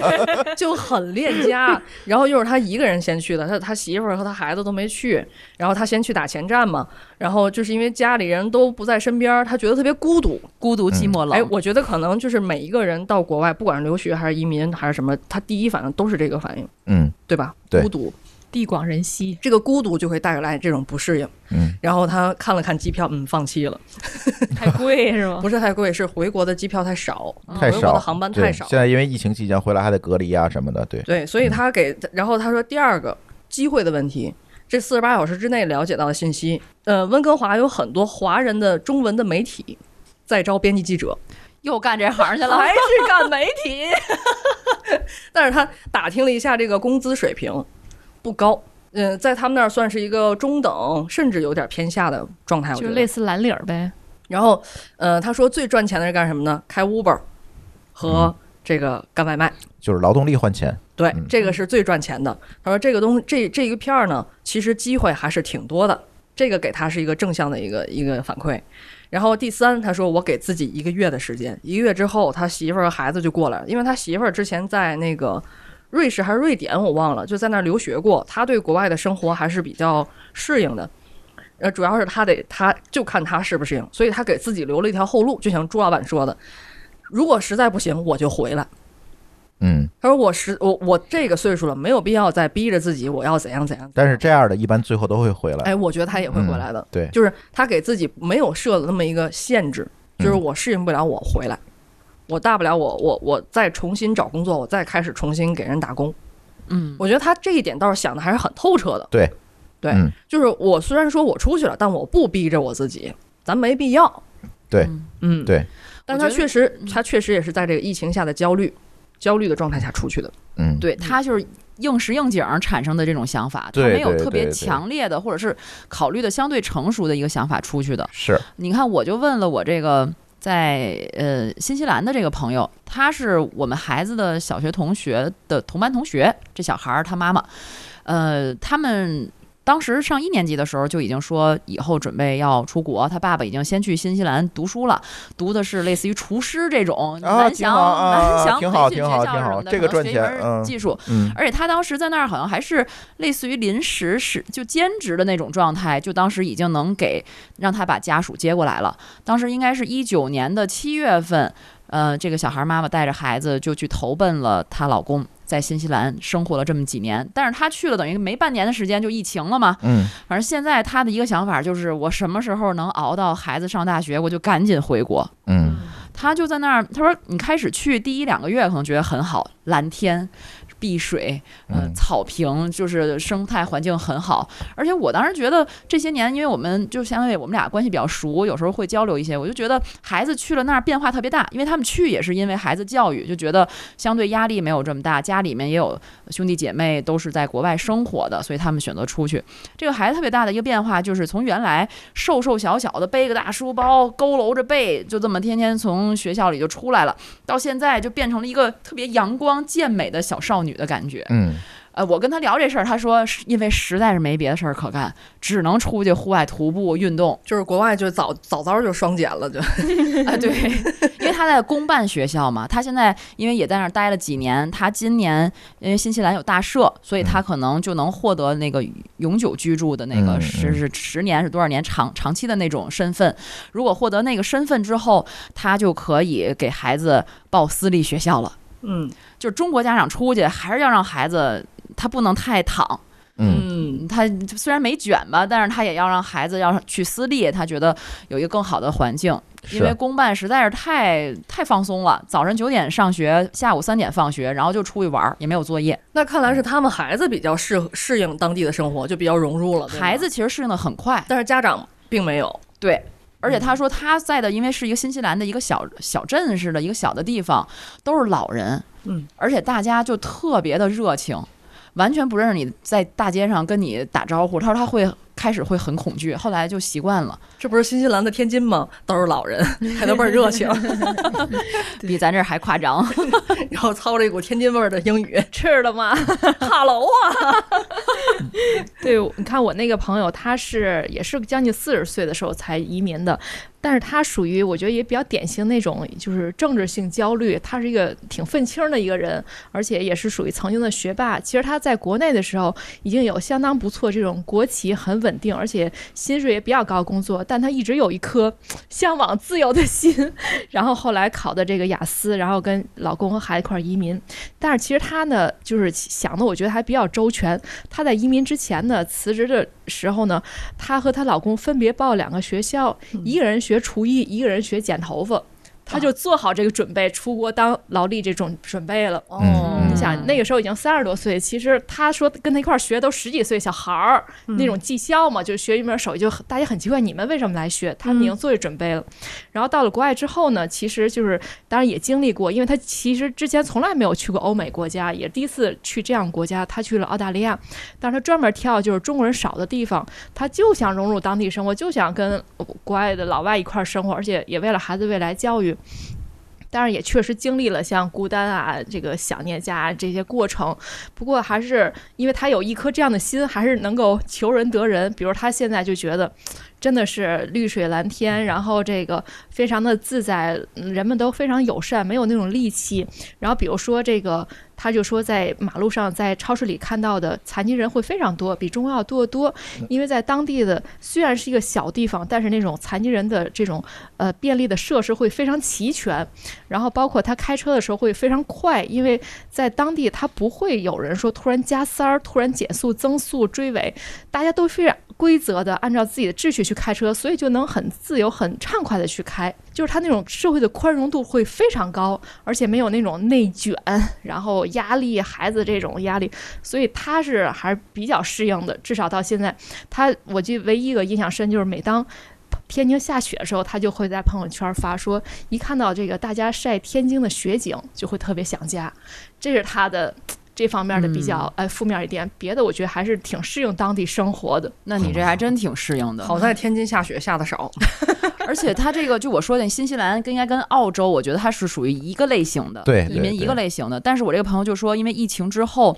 就很恋 [laughs] 家。然后又是他一个人先去的，他他媳妇儿和他孩子都没去，然后他先去打前站嘛。然后就是因为家里人都不在身边儿，他觉得特别孤独。孤独寂嗯寞冷。哎，我觉得可能就是每一个人到国外，不管是留学还是移民还是什么，他第一反应都是这个反应，嗯对吧？对孤独，地广人稀，这个孤独就会带来这种不适应。嗯，然后他看了看机票，嗯，放弃了，太贵是吗？嗯不是太贵，是回国的机票太少，太回国少，的航班对太少。现在因为疫情期间回来还得隔离啊什么的，对，对，所以嗯他给，然后他说第二个机会的问题，这四十八小时之内了解到的信息，呃，温哥华有很多华人的中文的媒体在招编辑记者，又干这行去了，还是干媒体，但是他打听了一下这个工资水平不高，嗯、在他们那儿算是一个中等，甚至有点偏下的状态，我觉 [laughs] 就得类似蓝领儿呗。然后，呃，他说最赚钱的是干什么呢？开 Uber 和这个干外卖。就是劳动力换钱，对嗯，这个是最赚钱的。他说这个东这这一片儿呢，其实机会还是挺多的，这个给他是一个正向的一个一个反馈。然后第三，他说我给自己一个月的时间，一个月之后他媳妇儿和孩子就过来了，因为他媳妇儿之前在那个瑞士还是瑞典我忘了，就在那儿留学过，他对国外的生活还是比较适应的。呃，主要是他得他就看他适不适应，所以他给自己留了一条后路，就像朱老板说的，如果实在不行我就回来。嗯，他说我十我我这个岁数了，没有必要再逼着自己我要怎样怎样。但是这样的一般最后都会回来。哎，我觉得他也会回来的，对，就是他给自己没有设了那么一个限制，就是嗯我适应不了我回来，我大不了我我我再重新找工作，我再开始重新给人打工。嗯，我觉得他这一点倒是想的还是很透彻的。对，对，嗯就是我虽然说我出去了，但我不逼着我自己，咱没必要。对嗯嗯，对。但我他觉得确实嗯，他确实也是在这个疫情下的焦虑、焦虑的状态下出去的。嗯，对他就是应时应景儿产生的这种想法，他对没有对特对别对强烈的或者是考虑的相对成熟的一个想法出去的。是，你看，我就问了我这个在呃新西兰的这个朋友，他是我们孩子的小学同学的同班同学，这小孩儿他妈妈，呃，他们。当时上一年级的时候就已经说以后准备要出国，他爸爸已经先去新西兰读书了，读的是类似于厨师这种啊南挺翔、好啊南翔挺好培训挺好学校挺什好么的这个可能赚学一钱门嗯技术，嗯而且他当时在那儿好像还是类似于临时是就兼职的那种状态，就当时已经能给让他把家属接过来了。当时应该是一九年的七月份，呃，这个小孩妈妈带着孩子就去投奔了她老公。在新西兰生活了这么几年，但是她去了等于没半年的时间就疫情了嘛。嗯反正现在她的一个想法就是，我什么时候能熬到孩子上大学，我就赶紧回国。嗯他就在那儿，他说你开始去第一两个月可能觉得很好，蓝天。碧水，呃嗯，草坪就是生态环境很好，而且我当时觉得这些年，因为我们就相对我们俩关系比较熟，有时候会交流一些，我就觉得孩子去了那儿变化特别大，因为他们去也是因为孩子教育，就觉得相对压力没有这么大，家里面也有兄弟姐妹都是在国外生活的，所以他们选择出去。这个孩子特别大的一个变化就是从原来瘦瘦小小的，背个大书包，佝偻着背，就这么天天从学校里就出来了，到现在就变成了一个特别阳光健美的小少女的感觉。嗯呃，我跟他聊这事儿，他说是因为实在是没别的事儿可干，只能出去户外徒步运动。就是国外就早早早就双减了，就嗯啊，对，因为他在公办学校嘛，他现在因为也在那儿待了几年，他今年因为新西兰有大赦，所以他可能就能获得那个永久居住的那嗯个嗯是是十年是多少年长长期的那种身份。如果获得那个身份之后，他就可以给孩子报私立学校了。嗯就是中国家长出去还是要让孩子，他不能太躺，嗯嗯他虽然没卷吧，但是他也要让孩子要去私立，他觉得有一个更好的环境。因为是，公办实在是太太放松了，早上九点上学，下午三点放学，然后就出去玩，儿，也没有作业。那看来是他们孩子比较适合适应当地的生活，就比较融入了。对吗啊孩子，其实适应的很快，但是家长并没有。对。而且他说他在的，因为是一个新西兰的一个小小镇似的一个小的地方，都是老人，嗯，而且大家就特别的热情，完全不认识你，在大街上跟你打招呼。他说他会开始会很恐惧，后来就习惯了，这不是新西兰的天津吗？都是老 [laughs] 人，还都倍儿热 [laughs] 情，比咱这儿还夸张。然后操着一股天津味儿的英语吃了吗？哈喽啊！ [laughs] 对，你看我那个朋友，他是也是将近四十岁的时候才移民的，但是他属于我觉得也比较典型那种就是政治性焦虑，他是一个挺愤青的一个人，而且也是属于曾经的学霸。其实他在国内的时候已经有相当不错这种国企很稳定，而且薪水也比较高的工作，但他一直有一颗向往自由的心， [laughs] 然后后来考的这个雅思，然后跟老公和孩子一块儿移民。但是其实他呢，就是想的我觉得还比较周全，她在移民之前呢，辞职的时候呢，她和她老公分别报了两个学校，一个人学厨艺，一个人学剪头发。她就做好这个准备，出国当劳力这种准备了。嗯你想，那个时候已经三十多岁，其实她说跟她一块儿学都十几岁小孩儿，嗯那种技校嘛，就是学一门手艺，就很大家很奇怪你们为什么来学，他们已经做这准备了。然后到了国外之后呢，其实就是当然也经历过，因为她其实之前从来没有去过欧美国家，也第一次去这样国家，她去了澳大利亚，但是她专门挑就是中国人少的地方，她就想融入当地生活，就想跟国外的老外一块儿生活，而且也为了孩子未来教育。当然也确实经历了像孤单啊、这个想念家、啊、这些过程。不过还是因为他有一颗这样的心，还是能够求人得人。比如他现在就觉得，真的是绿水蓝天，然后这个非常的自在，嗯人们都非常友善，没有那种戾气。然后比如说这个，他就说在马路上、在超市里看到的残疾人会非常多，比中国要多得多。因为在当地的虽然是一个小地方，但是那种残疾人的这种呃便利的设施会非常齐全，然后包括他开车的时候会非常快，因为在当地他不会有人说突然加塞儿、突然减速、增速、追尾，大家都是规则的按照自己的秩序去开车，所以就能很自由、很畅快的去开，就是他那种社会的宽容度会非常高，而且没有那种内卷，然后压力、孩子这种压力，所以他是还是比较适应的，至少到现在，他我记得唯一一个印象深就是每当。天津下雪的时候，他就会在朋友圈发说，一看到这个大家晒天津的雪景，就会特别想家。这是他的这方面的比较哎负面一点，别的我觉得还是挺适应当地生活的。那你这还真挺适应的。好在天津下雪下的少，而且它这个就我说的，新西兰跟应该跟澳洲，我觉得它是属于一个类型的，对移对民一个类型的。但是我这个朋友就说，因为疫情之后，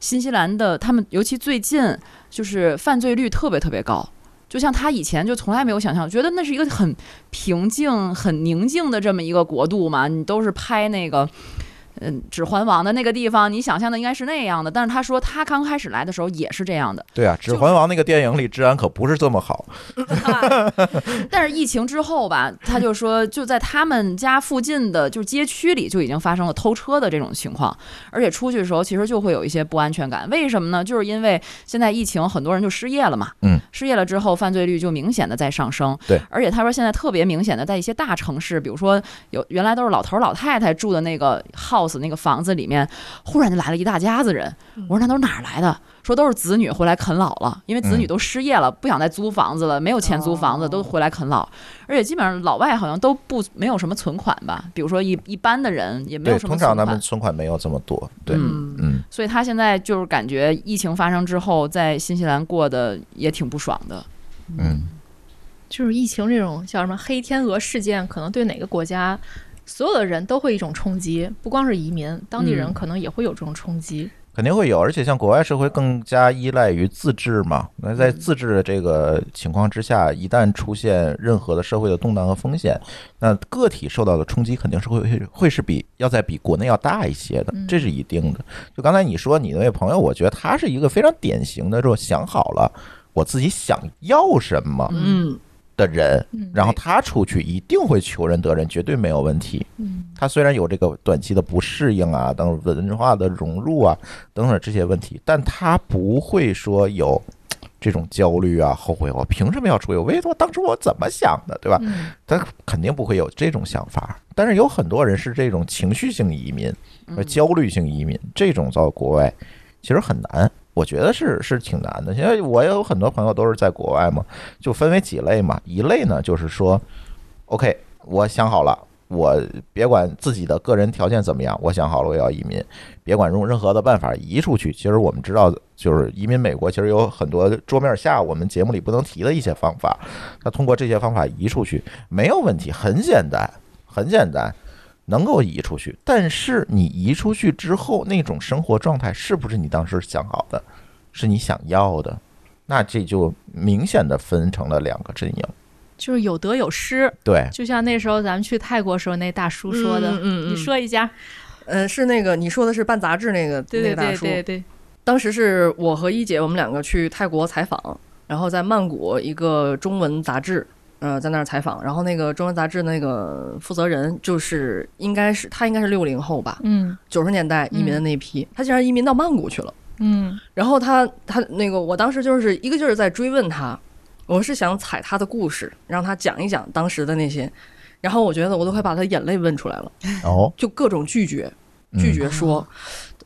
新西兰的他们尤其最近就是犯罪率特别特别高。就像他以前就从来没有想象，觉得那是一个很平静、很宁静的这么一个国度嘛，你都是拍那个。嗯，《指环王》的那个地方，你想象的应该是那样的，但是他说他刚开始来的时候也是这样的，对啊，《指环王》那个电影里治安可不是这么好。 [laughs] 但是疫情之后吧，他就说就在他们家附近的就是街区里就已经发生了偷车的这种情况，而且出去的时候其实就会有一些不安全感。为什么呢？就是因为现在疫情，很多人就失业了嘛，嗯，失业了之后犯罪率就明显的在上升。对，而且他说现在特别明显的在一些大城市，比如说有原来都是老头儿老太太住的那个 house 那个房子里面，忽然就来了一大家子人。嗯我说那都是哪儿来的？说都是子女回来啃老了，因为子嗯女都失业了，不想再租房子了，没有钱租房子，哦都回来啃老。而且基本上老外好像都不没有什么存款吧，比如说一一般的人也没对，有什么通存常咱款们。存款没有这么多。对，嗯，嗯，所以他现在就是感觉疫情发生之后，在新西兰过得也挺不爽的。嗯，就是疫情这种叫什么黑天鹅事件，可能对哪个国家。所有的人都会一种冲击，不光是移民，当地人嗯可能也会有这种冲击。肯定会有，而且像国外社会更加依赖于自治嘛。那嗯在自治的这个情况之下，一旦出现任何的社会的动荡和风险，那个体受到的冲击肯定是会会会是比要在比国内要大一些的嗯，这是一定的。就刚才你说你那位朋友，我觉得他是一个非常典型的，说想好了我自己想要什么嗯，的人，嗯然后他出去一定会求人得人，绝对没有问题。嗯，他虽然有这个短期的不适应啊，等文化的融入啊等等这些问题，但他不会说有嘖这种焦虑啊、后悔我凭什么要出去？我为什么当初我怎么想的，对吧？嗯他肯定不会有这种想法。但是有很多人是这种情绪性移民、嗯和呃焦虑性移民，这种到国外其实很难。我觉得是是挺难的。现在我有很多朋友都是在国外嘛，就分为几类嘛。一类呢就是说，OK，我想好了，我别管自己的个人条件怎么样，我想好了我要移民，别管用任何的办法移出去。其实我们知道，就是移民美国，其实有很多桌面下我们节目里不能提的一些方法，那通过这些方法移出去没有问题，很简单，很简单。能够移出去，但是你移出去之后那种生活状态是不是你当时想好的，是你想要的？那这就明显的分成了两个阵营。就是有得有失， [laughs] 对，就像那时候咱们去泰国时候那大叔说的，嗯你，说一下，呃，是那个你说的是办杂志那个对对那个大对叔，对对，当时是我和一姐，我们两个去泰国采访，然后在曼谷一个中文杂志，呃，在那儿采访。然后那个中文杂志那个负责人就是应该是他应该是六零后吧，嗯九十年代移民的那批，他竟然移民到曼谷去了。嗯然后他他那个我当时就是一个劲儿在追问他，我是想采他的故事，让他讲一讲当时的那些。然后我觉得我都快把他眼泪问出来了，哦，就各种拒绝。嗯拒绝说。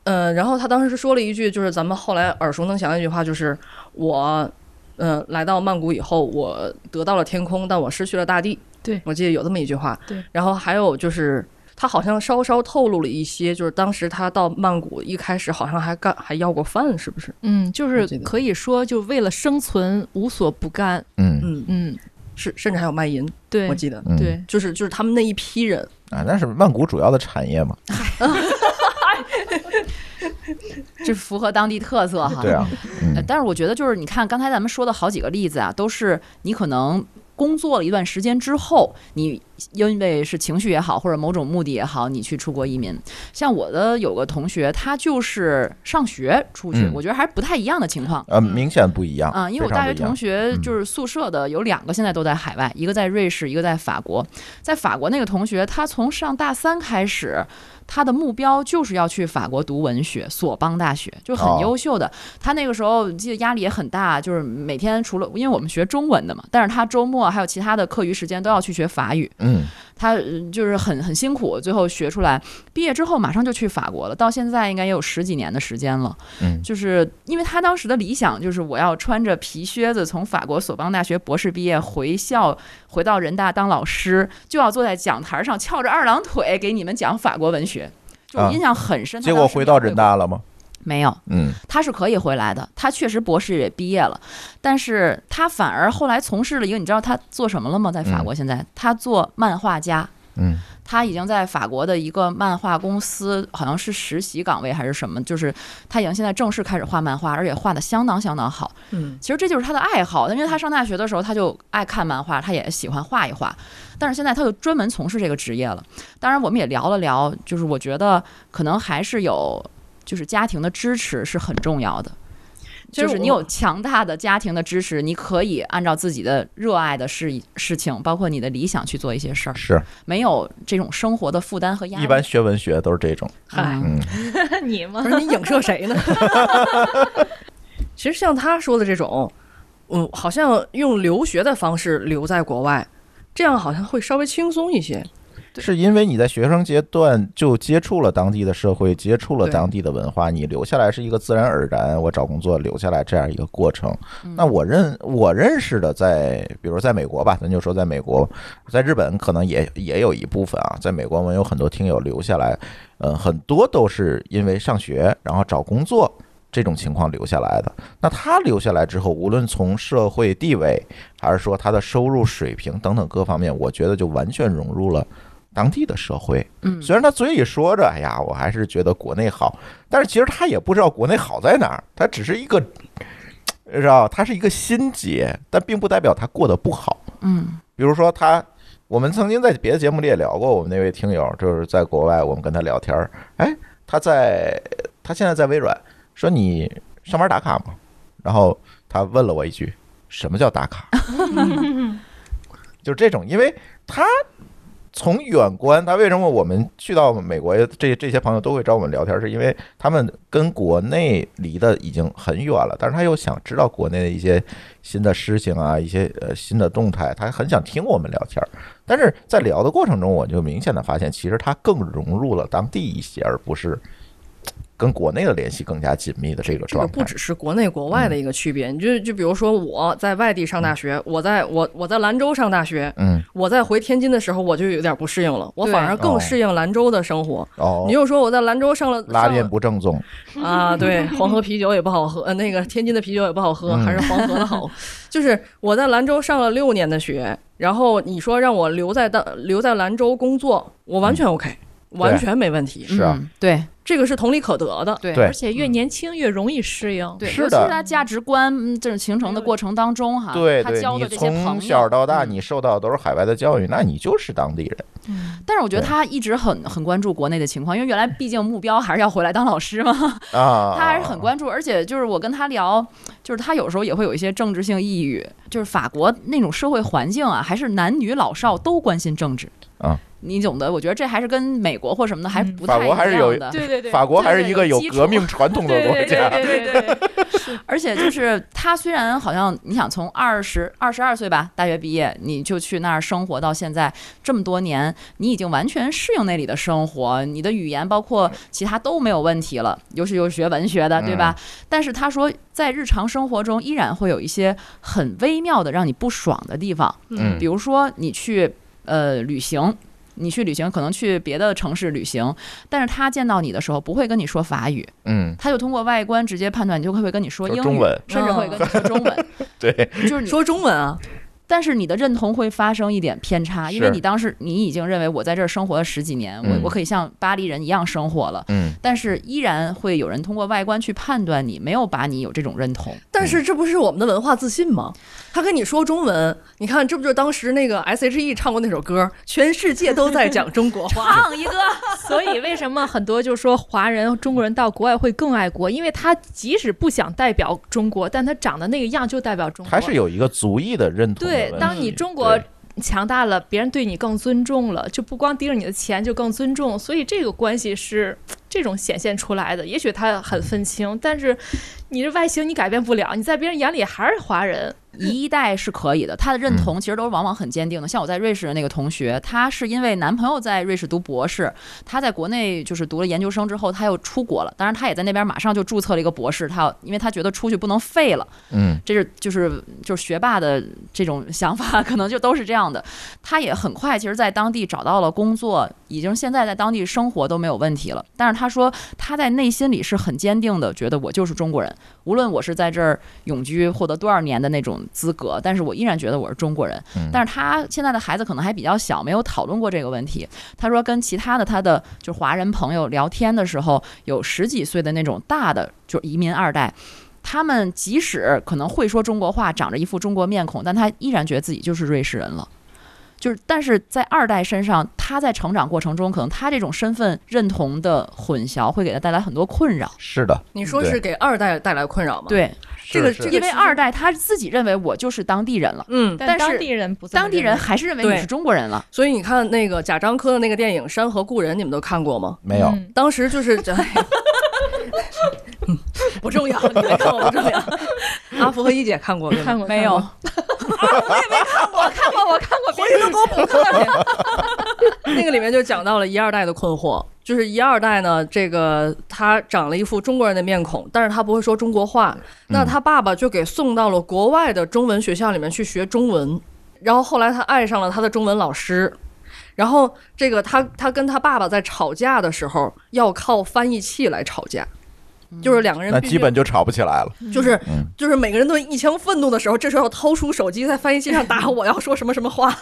呃，然后他当时是说了一句，就是咱们后来耳熟能详的一句话，就是我，呃，来到曼谷以后，我得到了天空，但我失去了大地。对我记得有这么一句话。对，然后还有就是。他好像稍稍透露了一些，就是当时他到曼谷一开始好像还干还要过饭，是不是？嗯，就我是记得可以说，就为了生存无所不干。嗯，嗯，嗯，是甚至还有卖淫，对我记得嗯对，就是就是他们那一批人，啊，那是曼谷主要的产业嘛，这符合当地特色哈。 [laughs] 对 [laughs] 啊，呃嗯，但是我觉得就是你看刚才咱们说的好几个例子啊，都是你可能。工作了一段时间之后，你因为是情绪也好，或者某种目的也好，你去出国移民。像我的有个同学，他就是上学出去，嗯我觉得还不太一样的情况。呃，明显不一样嗯啊，因为我非常大学不一样同学嗯就是宿舍的有两个现在都在海外，一个在瑞士，一个在法国。在法国那个同学，他从上大三开始，他的目标就是要去法国读文学，索邦大学就很哦优秀的。他那个时候记得压力也很大，就是每天除了因为我们学中文的嘛，但是他周末还有其他的课余时间都要去学法语，嗯，他呃就是很很辛苦，最后学出来，毕业之后马上就去法国了，到现在应该也有十几年的时间了。嗯就是因为他当时的理想就是我要穿着皮靴子从法国索邦大学博士毕业回校，回到人大当老师，就要坐在讲台上翘着二郎腿给你们讲法国文学。就我啊印象很深，他结果当时回没到有人大了吗？没有，嗯，他是可以回来的，他确实博士也毕业了，但是他反而后来从事了一个，你知道他做什么了吗？在法国现在，他做漫画家。嗯，他已经在法国的一个漫画公司，好像是实习岗位还是什么，就是他已经现在正式开始画漫画，而且画的相当相当好。嗯，其实这就是他的爱好，因为他上大学的时候他就爱看漫画，他也喜欢画一画，但是现在他就专门从事这个职业了。当然，我们也聊了聊，就是我觉得可能还是有，就是家庭的支持是很重要的。其实就是你我有强大的家庭的支持，你可以按照自己的热爱的事事情，包括你的理想去做一些事儿，是没有这种生活的负担和压力。一般学文学都是这种，嗨嗯嗯，那你吗不？是你影射谁呢？ [laughs] 其实像他说的这种，嗯，好像用留学的方式留在国外，这样好像会稍微轻松一些。是因为你在学生阶段就接触了当地的社会，接触了当地的文化，你留下来是一个自然而然，我找工作留下来这样一个过程。那我认我认识的在，比如在美国吧，咱就说在美国，在日本可能也也有一部分啊，在美国我们有很多听友留下来，呃，很多都是因为上学然后找工作。这种情况留下来的，那他留下来之后，无论从社会地位，还是说他的收入水平等等各方面，我觉得就完全融入了当地的社会。嗯虽然他嘴里说着“哎呀，我还是觉得国内好”，但是其实他也不知道国内好在哪儿，他只是一个，知道他是一个心结，但并不代表他过得不好。嗯比如说他，我们曾经在别的节目里也聊过，我们那位听友就是在国外，我们跟他聊天儿，哎，他在他现在在微软，说你上班打卡吗？然后他问了我一句，什么叫打卡？就是这种，因为他从远观，他为什么我们去到美国这这些朋友都会找我们聊天，是因为他们跟国内离得已经很远了，但是他又想知道国内的一些新的事情啊，一些呃新的动态，他很想听我们聊天儿。但是在聊的过程中，我就明显的发现，其实他更融入了当地一些，而不是跟国内的联系更加紧密的这个这个状态。嗯不只是国内国外的一个区别，你就就比如说我在外地上大学，我在我我在兰州上大学，嗯我在回天津的时候我就有点不适应了，我对反而更哦适应兰州的生活。哦你，又说我在兰州上了拉上了练不正宗， [laughs] 啊，对，黄河啤酒也不好喝，呃，那个天津的啤酒也不好喝，还是黄河的好。就是我在兰州上了六年的学，然后你说让我留在当留在兰州工作，我完全 OK，、完全没问题，是啊嗯对这个是同理可得的。对对而且越年轻越容易适应。对，是尤其的是他价值观嗯这种形成的过程当中哈，对啊他对，交你的这些朋友从小到大嗯你受到的都是海外的教育，那你就是当地人。但是我觉得对他一直很很关注国内的情况，因为原来毕竟目标还是要回来当老师嘛，啊，他还是很关注。而且就是我跟他聊，就是他有时候也会有一些政治性抑郁，就是法国那种社会环境啊，还是男女老少都关心政治啊。你懂得，我觉得这还是跟美国或什么的还嗯不法太一国还是样有的。对对对，法国还是一个有对对有革命传统的对国对家。对对对对，而且就是他虽然好像你想从二十二十二岁吧，大学毕业你就去那儿生活到现在这么多年，你已经完全适应那里的生活，你的语言包括其他都没有问题了，尤其有学文学的，对吧？嗯但是他说在日常生活中依然会有一些很微妙的让你不爽的地方，嗯比如说你去呃旅行。你去旅行，可能去别的城市旅行，但是他见到你的时候不会跟你说法语，嗯，他就通过外观直接判断，你就会不会跟你说就英是语，中文， [laughs] 甚至会跟你说中文，对，就是你啊说中文啊，但是你的认同会发生一点偏差，因为是你当时你已经认为我在这儿生活了十几年，我嗯我可以像巴黎人一样生活了，嗯，但是依然会有人通过外观去判断你，没有把你有这种认同。但是这不是我们的文化自信吗？他跟你说中文，你看这不就是当时那个 S.H.E 唱过那首歌，全世界都在讲中国话。胖一个， [laughs] 所以为什么很多就说华人、中国人到国外会更爱国？因为他即使不想代表中国，但他长得那个样就代表中国。还是有一个族裔的认同的问对题。，当你中国对强大了，别人对你更尊重了，就不光盯着你的钱，就更尊重。所以这个关系是这种显现出来的。也许他很愤青，但是你这外形你改变不了，你在别人眼里还是华人。一代是可以的，他的嗯认同其实都是往往很坚定的。像我在瑞士的那个同学，她是因为男朋友在瑞士读博士，她在国内就是读了研究生之后，她又出国了，当然她也在那边马上就注册了一个博士，她要因为她觉得出去不能废了，嗯这是就是就是学霸的这种想法， [laughs] 可能就都是这样的。她也很快，其实在当地找到了工作，已经现在在当地生活都没有问题了。但是她说她在内心里是很坚定的，觉得我就是中国人，无论我是在这儿永居获得多少年的那种资格，但是我依然觉得我是中国人。嗯但是她现在的孩子可能还比较小，没有讨论过这个问题。她说跟其他的她的就是华人朋友聊天的时候，有十几岁的那种大的就是移民二代。他们即使可能会说中国话，长着一副中国面孔，但他依然觉得自己就是瑞士人了。就是，但是在二代身上，他在成长过程中，可能他这种身份认同的混淆会给他带来很多困扰。是的，你说是对给二代带来困扰吗？，对，这个是这是个因为二代他自己认为我就是当地人了，嗯，但是当地人不这么当地认为人还是认为对你是中国人了。所以你看那个贾樟柯的那个电影《山河故人》，你们都看过吗？没有。嗯当时 [laughs] 就是，哎呦嗯，不重要，你没看过不重要。 [laughs] 阿福和一姐看过对吗看过没有， [laughs] 我看过，我看过，回去都给我补 [laughs] 课去。那个里面就讲到了一二代的困惑，就是一二代呢，这个他长了一副中国人的面孔，但是他不会说中国话，嗯那他爸爸就给送到了国外的中文学校里面去学中文，然后后来他爱上了他的中文老师。然后这个他他跟他爸爸在吵架的时候，要靠翻译器来吵架，嗯就是两个人那必基须本就吵不起来了。就是嗯就是每个人都一腔愤怒的时候，这时候掏出手机在翻译器上打我要说什么什么话，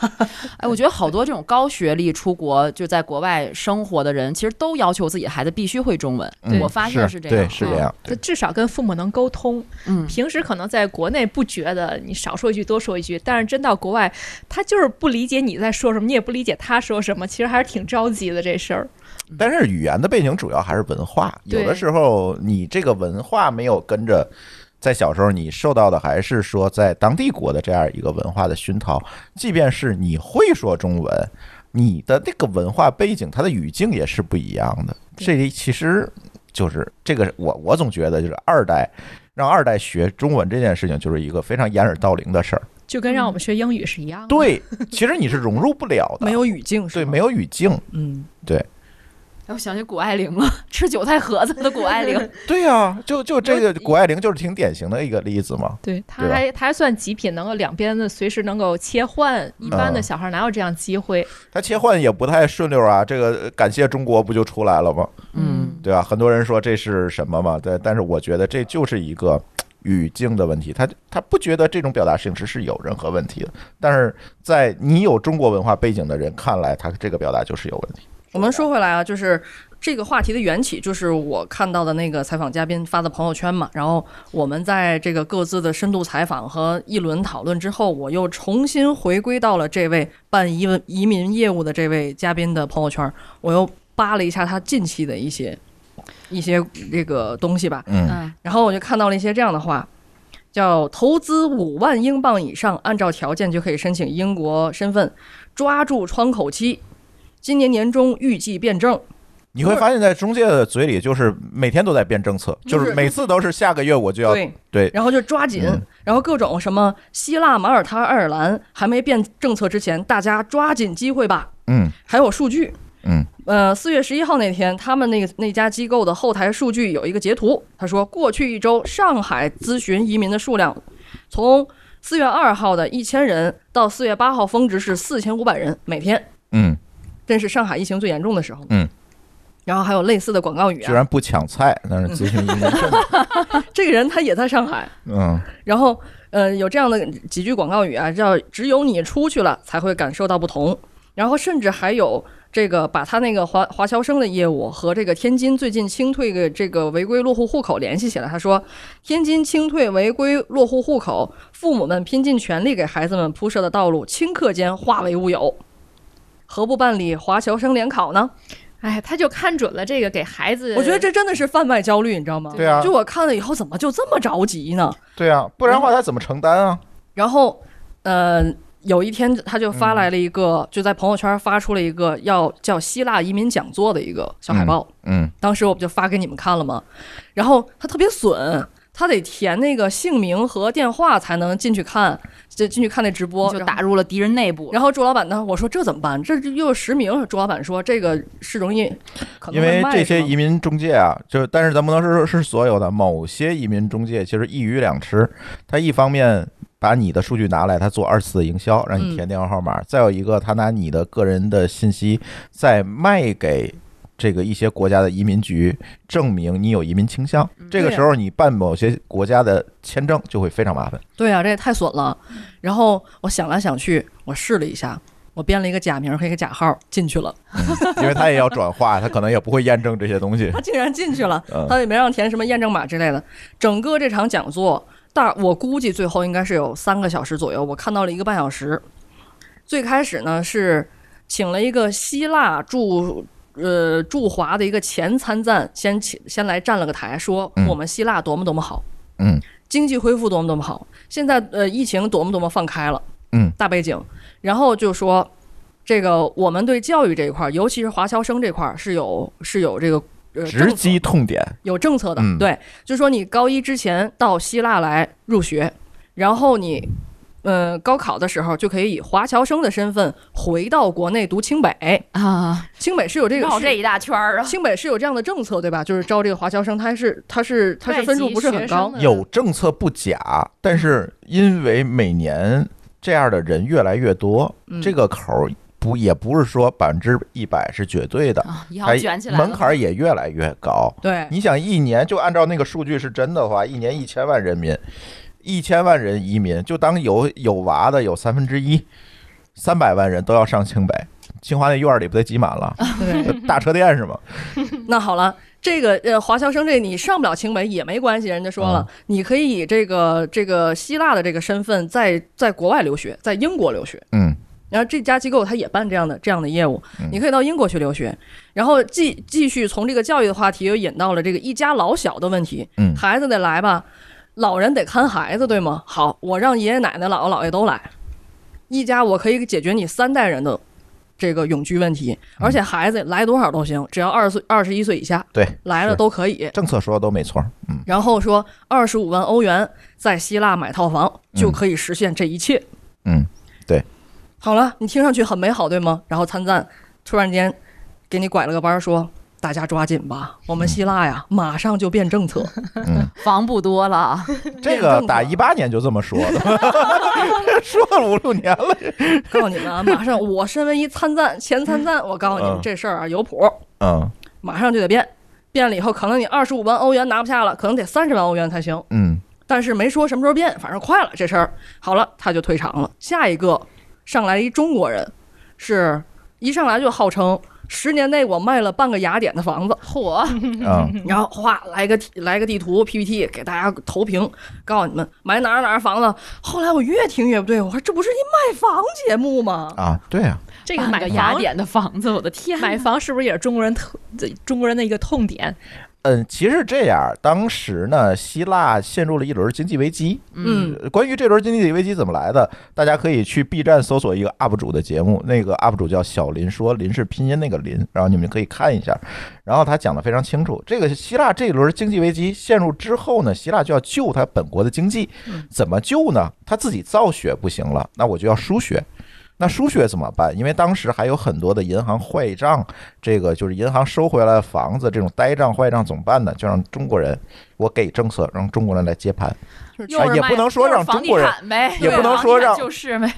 哎，我觉得好多这种高学历出国就在国外生活的人，其实都要求自己的孩子必须会中文。嗯我发现是这样，对，啊是这样。就至少跟父母能沟通。嗯，平时可能在国内不觉得你少说一句多说一句，但是真到国外，他就是不理解你在说什么，你也不理解他说什么，其实还是挺着急的这事儿。但是语言的背景主要还是文化，有对的时候你这个文化没有跟着，在小时候你受到的还是说在当地国的这样一个文化的熏陶，即便是你会说中文，你的那个文化背景它的语境也是不一样的。这里其实就是这个，我我总觉得就是二代。让二代学中文这件事情就是一个非常掩耳盗铃的事儿。就跟让我们学英语是一样的。对，其实你是融入不了的，没有语境是对，吗没有语境。嗯，哎，我想起谷爱凌了，吃韭菜盒子的谷爱 [laughs] 凌。对呀、就就这个谷爱凌就是挺典型的一个例子嘛。对，他对吧还他还算极品，能够两边的随时能够切换，一般的小孩哪有这样机会？他切换也不太顺溜啊，这个呃感谢中国不就出来了吗？嗯，对吧、啊很多人说这是什么嘛？对，但是我觉得这就是一个嘖语境的问题。他他不觉得这种表达形式是有任何问题的，但是在你有中国文化背景的人看来，他这个表达就是有问题。我们说回来啊，就是这个话题的缘起，就是我看到的那个采访嘉宾发的朋友圈嘛。然后我们在这个各自的深度采访和一轮讨论之后，我又重新回归到了这位办移民移民业务的这位嘉宾的朋友圈，我又扒了一下他近期的一些一些这个东西吧。嗯嗯然后我就看到了一些这样的话，叫投资五万英镑以上，按照条件就可以申请英国身份，抓住窗口期，今年年中预计变正。你会发现在中介的嘴里就是每天都在变政策，就就是是每次都是下个月我就要对对然后就抓紧，嗯然后各种什么希腊、马耳他、爱尔兰还没变政策之前，大家抓紧机会吧。嗯还有数据，嗯，呃，四月十一号那天，他们那个那家机构的后台数据有一个截图，他说过去一周上海咨询移民的数量，从四月二号的一千人到四月八号峰值是四千五百人每天，嗯真是上海疫情最严重的时候。嗯，然后还有类似的广告语居啊。然不抢菜，但是咨询移民政策，这个人他也在上海，嗯，然后呃有这样的几句广告语啊，叫“只有你出去了才会感受到不同”，然后甚至还有这个把他那个华华侨生的业务和这个天津最近清退的这个违规落户户口联系起来。他说，天津清退违规落户户口，父母们拼尽全力给孩子们铺设的道路，顷刻间化为乌有。何不办理华侨生联考呢？哎，他就看准了这个给孩子，我觉得这真的是贩卖焦虑，你知道吗？对啊就，我看了以后，怎么就这么着急呢？对啊，不然的话嗯他怎么承担啊？然后，呃，有一天他就发来了一个，就在朋友圈发出了一个要叫希腊移民讲座的一个小海报，嗯，当时我不就发给你们看了吗？然后他特别损。他得填那个姓名和电话才能进去看，就进去看那直播，就然后打入了敌人内部。然后朱老板呢？我说这怎么办？这又有实名。朱老板说这个是容易，可能因会为卖这是些吗移民中介啊，就是但是咱不能说是所有的，某些移民中介其实一鱼两吃，他一方面。把你的数据拿来，他做二次营销，让你填电话号码；再有一个，他拿你的个人的信息再卖给这个一些国家的移民局，证明你有移民倾向。嗯这个时候，你办某些国家的签证就会非常麻烦。对啊呀、这也太损了。然后我想来想去，我试了一下，我编了一个假名和一个假号进去了。因为他也要转化，他可能也不会验证这些东西他。竟然进去了，嗯他也没让填什么验证码之类的。整个这场讲座，大我估计最后应该是有三个小时左右，我看到了一个半小时。最开始呢是请了一个希腊驻呃驻华的一个前参赞，先请先来站了个台，说嗯我们希腊多么多么好，嗯，经济恢复多么多么好，现在呃疫情多么多么放开了，嗯，大背景，然后就说。这个我们对教育这一块儿，尤其是华侨生这块儿是有是有这个呃政直策击痛点。有政策的，嗯对，就说你高一之前到希腊来入学，然后你，呃，高考的时候就可以以华侨生的身份回到国内读清北。啊，清北是有这个绕是这一大圈儿啊，清北是有这样的政策，对吧？就是招这个华侨生，他是他是他是分数不是很嗯高，有政策不假，但是因为每年这样的人越来越多，嗯嗯嗯这个口儿不也不是说百分之一百是绝对的，啊它要卷起来了哎门槛儿也越来越高。对，你想，一年就按照那个数据是真的话，一年一千万人民，一千万人移民，就当有有娃的有三分之一，三百万人都要上清北，清华那院儿里不得挤满 [laughs] 了， [laughs] 对，大车店是吗？那好了。这个呃，华侨生这你上不了清北也没关系，人家说嗯了，你可以以这个这个希腊的这个身份在在国外留学，在英国留学。嗯然后这家机构它也办这样的这样的业务嗯，你可以到英国去留学，然后继继续从这个教育的话题又引到了这个一家老小的问题，嗯孩子得来吧，老人得看孩子，对吗？好，我让爷爷奶奶、姥姥姥爷都来，一家我可以解决你三代人的这个永居问题，而且孩子来多少都行，只要二十岁、二十一岁以下嗯对，来了是都可以。政策说的都没错儿，嗯。然后说二十五万欧元在希腊买套房就可以实现这一切。嗯，对。好了，你听上去很美好，对吗？然后参赞突然间给你拐了个弯儿，说：“大家抓紧吧，我嗯们希腊呀，马上就变 [laughs] 政策。房不多了啊，这个打一八年就这么说的， [laughs] 说了五六年了。告诉你们啊，马上我身为一参赞前参 [laughs] 赞，我告诉你们嗯这事儿啊有谱，嗯马上就得变。变了以后，可能你二十五万欧元拿不下了，可能得三十万欧元才行。嗯但是没说什么时候变，反正快了这事儿。好了，他就退场了。下一个上来一中国人，是一上来就号称十年内我卖了半个雅典的房子，嚯，嗯然后哗来个来个地图 PPT 给大家投屏，告诉你们买哪儿哪儿房子。后来我越听越不对，我说这不是一卖房节目吗？啊，对啊，这这个买雅房，典的房子，我的天哎哪，买房是不是也是中国人特中国人的一个痛点？嗯，其实这样，当时呢，希腊陷入了一轮经济危机。嗯，呃关于这轮经济危机怎么来的，大家可以去 B 站搜索一个 UP 主的节目，那个 UP 主叫小林说，林是拼音那个林，然后你们可以看一下。然后他讲的非常清楚，这个希腊这一轮经济危机陷入之后呢，希腊就要救他本国的经济，怎么救呢？他自己造血不行了，那我就要输血。那输血怎么办？因为当时还有很多的银行坏账，这个就是银行收回来的房子这种呆账坏账怎么办呢？就让中国人，我给政策让中国人来接盘。又是也卖不能说又是让房中国人地产呗，也对不能房地说产让就是呗，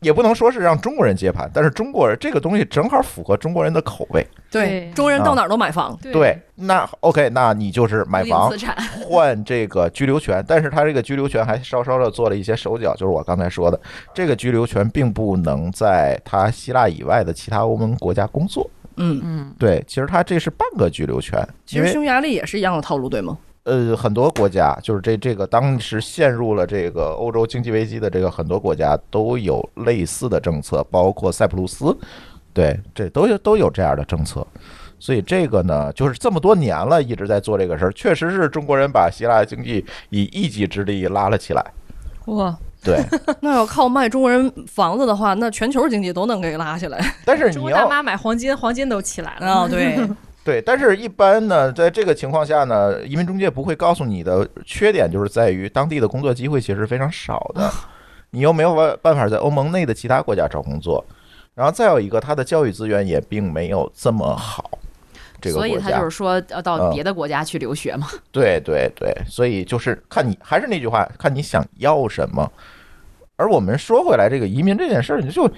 也不能说是让中国人接盘，但是中国人这个东西正好符合中国人的口味。对对，啊中国人到哪儿都买房，对对，那 OK，那你就是买零房资产，换这个居留权，但是他这个居留权还稍稍的做了一些手脚，就是我刚才说的，这个居留权并不能在他希腊以外的其他欧盟国家工作。嗯，嗯，对，其实他这是半个居留权，其因实为匈牙利也是一样的套路，对吗？ [laughs] 呃，很多国家就是这这个当时陷入了这个欧洲经济危机的这个很多国家都有类似的政策，包括塞浦路斯，对，这都有都有这样的政策。所以这个呢，就是这么多年了，一直在做这个事儿，确实是中国人把希腊经济以一己之力拉了起来。哇，对，那要靠卖中国人房子的话，那全球经济都能给拉起 [laughs] 来但 [laughs] 是中你国大要妈买黄金，黄金都起来了。啊！ [laughs] 对，对，但是一般呢，在这个情况下呢，移民中介不会告诉你的缺点就是在于当地的工作机会其实非常少的，啊你又没有办办法在欧盟内的其他国家找工作，然后再有一个，它的教育资源也并没有这么好。这个所以国他家嗯就，是说要到别的国家去留学嘛，对对对，所以就是看你，还是那句话，看你想要什么。而我们说回来，这个移民这件事儿，你就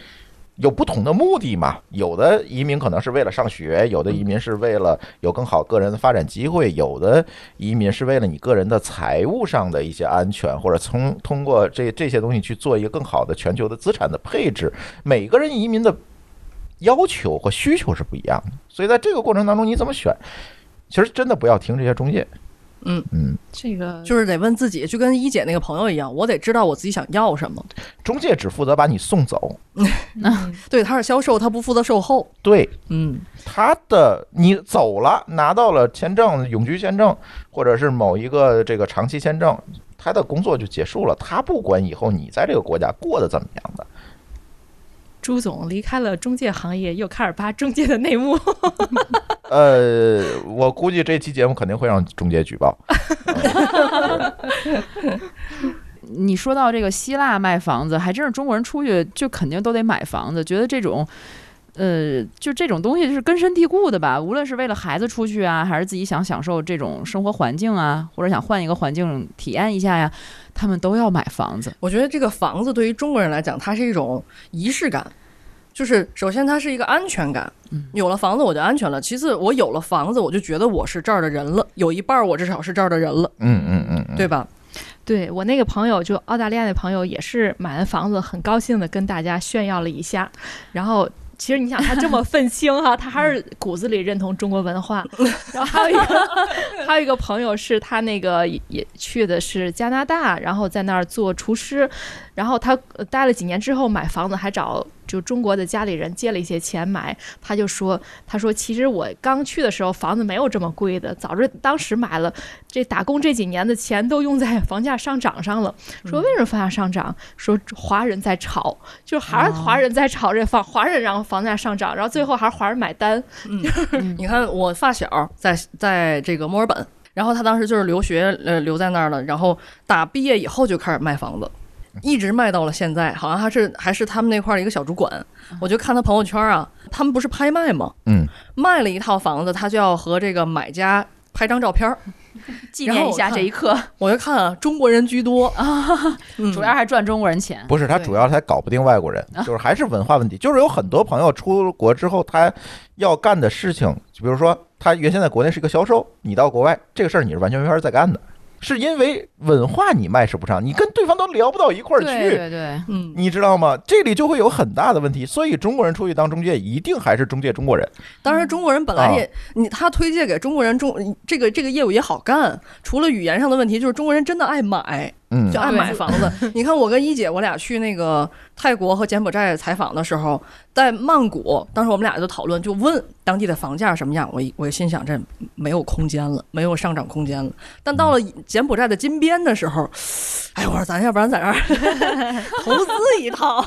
有不同的目的嘛。有的移民可能是为了上学，有的移民是为了有更好个人的发展机会，有的移民是为了你个人的财务上的一些安全，或者从通过这这些东西去做一个更好的全球的资产的配置。每个人移民的要求和需求是不一样的，所以在这个过程当中，你怎么选？其实真的不要听这些中介。嗯嗯，这个就是得问自己，就跟一姐那个朋友一样，我得知道我自己想要什么。中介只负责把你送走，对，他是销售，他不负责售后。对嗯，他的你走了，拿到了签证、永居签证，或者是某一个这个长期签证，他的工作就结束了，他不管以后你在这个国家过得怎么样的。朱总离开了中介行业，又开始扒中介的内幕。呃，我估计这期节目肯定会让中介举报。你说到这个希腊卖房子，还真是中国人出去就肯定都得买房子，觉得这种。呃，就这种东西是根深蒂固的吧，无论是为了孩子出去啊，还是自己想享受这种生活环境啊，或者想换一个环境体验一下呀，他们都要买房子。我觉得这个房子对于中国人来讲，它是一种仪式感。就是首先，它是一个安全感嗯，有了房子我就安全了。其次，我有了房子，我就觉得我是这儿的人了，有一半儿我至少是这儿的人了，嗯嗯嗯嗯，对吧？对我那个朋友，就澳大利亚那朋友，也是买完房子，很高兴的跟大家炫耀了一下。然后，其实你想，他这么愤青哈、他还是骨子里认同中国文化。然后还有一个，还有一个朋友是他那个也也去的是加拿大，然后在那儿做厨师，然后他呃待了几年之后买房子，还找就中国的家里人借了一些钱买。他就说，他说其实我刚去的时候房子没有这么贵的，早知当时买了，这打工这几年的钱都用在房价上涨上了。嗯说为什么房价上涨？说华人在炒，就还是哦华人在炒这房，华人让房价上涨，然后最后还是华人买单。你看我发小在在这个墨尔本，然后他当时就是留学，呃，留在那儿了，然后打毕业以后就开始卖房子。一直卖到了现在，好像还是还是他们那块儿的一个小主管。嗯我就看他朋友圈啊，他们不是拍卖吗？嗯，卖了一套房子，他就要和这个买家拍张照片儿。纪念一下这一刻，我就看啊，中国人居多啊，嗯主要还赚中国 [laughs] 人钱。不是，他对主要他搞不定外国人，就是还是文化问题。就是有很多朋友出国之后，他要干的事情，就比如说他原先在国内是一个销售，你到国外这个事儿你是完全没法再干的，是因为文化你卖是不上，你跟对方都聊不到一块儿对去。[laughs] 对对，嗯，你知道吗？这里就会有很大的问题，所以中国人出去当中介，一定还是中介中国人。当然，中国人本来也、你他推荐给中国人中这个这个业务也好干，除了语言上的问题，就是中国人真的爱买，嗯就，爱买房 [laughs] 子。你看我跟一姐，我俩去那个泰国和柬埔寨采访的时候，在曼谷，当时我们俩就讨论，就问当地的房价什么样。我一我心想，这没有空间了，没有上涨空间了。但到了柬埔寨的金边的时候，哎，我说咱要不然在这儿 [laughs] 投资一套，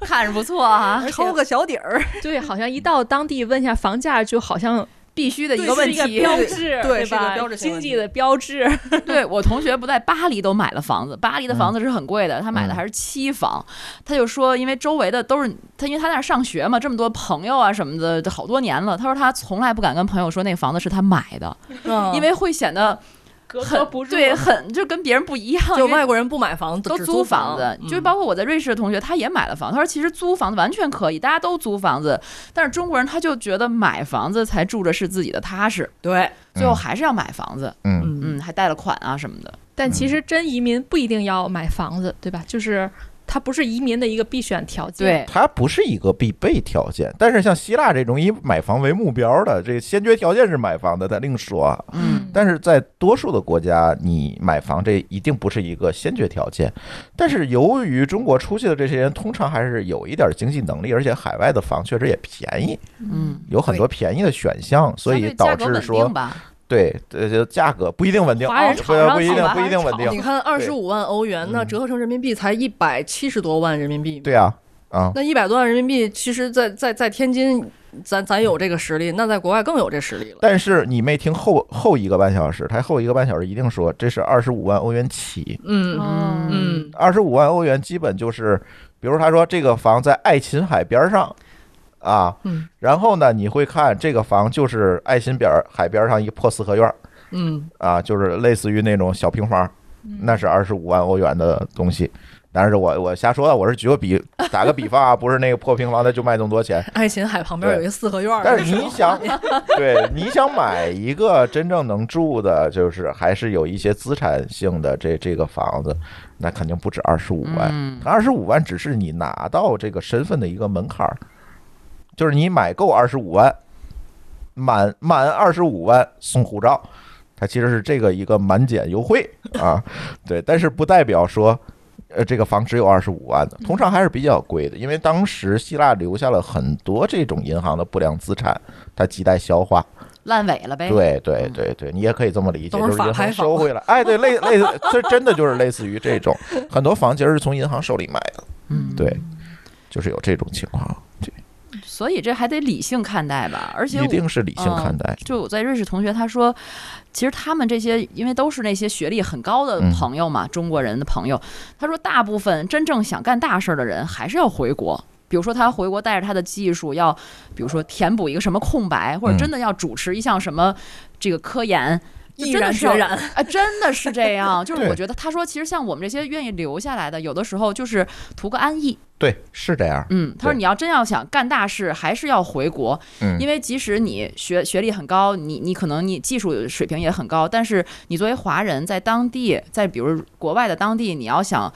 看着不错啊，抽个小底儿。对，好像一到当地问一下房价，就好像必须的对是一个标志，对是一个吧？标志性经问济题的标志。 [laughs] 对我同学不在巴黎都买了房子，巴黎的房子是很贵的，他买的还是期房。他就说，因为周围的都是他，因为他在那儿上学嘛，这么多朋友啊什么的，好多年了。他说他从来不敢跟朋友说那个房子是他买的，嗯因为会显得格格很不入。对，很就跟别人不一样，就因为外国人不买房子，都只租房房子，就嗯包括我在瑞士的同学，他也买了房。他说其实租房子完全可以，大家都租房子，但是中国人他就觉得买房子才住着是自己的踏实，对，最后还是要买房子，嗯，嗯嗯，还贷了款啊什么的。但其实真移民不一定要买房子，对吧？就是它不是移民的一个必选条件。，对，它不是一个必备条件，但是像希腊这种以买房为目标的，这先决条件是买房的，咱另说啊。嗯，但是在多数的国家，你买房这一定不是一个先决条件。但是由于中国出去的这些人，通常还是有一点经济能力，而且海外的房确实也便宜，嗯，有很多便宜的选项，所以导致说吧，对，呃，就价格不一定稳定，哦华人不炒上不一定炒吧不一定华人稳炒定你，看二十五万欧元，那嗯折合成人民币才一百七十多万人民币。对啊，啊，那一百多万人民币，其实在，在在天津，咱咱有这个实力，那在国外更有这实力了。但是你没听后后一个半小时，他后一个半小时一定说这是二十五万欧元起，哦嗯嗯嗯，二十五万欧元基本就是，比如他说这个房在爱琴海边上，啊，嗯然后呢你会看这个房就是爱琴边儿海边上一破四合院儿嗯，啊，就是类似于那种小平房，那是二十五万欧元的东西。但是我我瞎说的，我是举个比打个比方啊，不是那个破平房它就卖这么多钱，爱琴海旁边有一个四合院儿，但是你想，对，你想买一个真正能住的，就是还是有一些资产性的这这个房子，那肯定不止二十五万。嗯，二十五万只是你拿到这个身份的一个门槛儿，就是你买够二十五万，满满二十五万送护照，它其实是这个一个满减优惠啊，对，但是不代表说。呃，这个房只有二十五万的，通常还是比较贵的，因为当时希腊留下了很多这种银行的不良资产，它亟待消化。烂尾了呗。，对对对对，你也可以这么理解，哎都就是是法银拍行房收回来。哎，对，类类似，这真的就是类似于这种，很多房其实是从银行手里买的，嗯，对，就是有这种情况，所以这还得理性看待吧，而且一我定是理性看嗯待。就我在瑞士同学，他说，其实他们这些因为都是那些学历很高的嗯朋友嘛，中国人的朋友，他说大部分真正想干大事儿的人还是要回国。比如说，他回国带着他的技术，要比如说填补一个什么空白，或者嗯真的要主持一项什么这个科研，就毅真然的是决要然。啊，真的是这样。就是我对觉得，他说，其实像我们这些愿意留下来的，有的时候就是图个安逸。对，是这样。嗯，他说对你要真要想干大事，还是要回国，嗯，因为即使你学学历很高，你你可能你技术水平也很高，但是你作为华人在当地，在比如国外的当地，你要想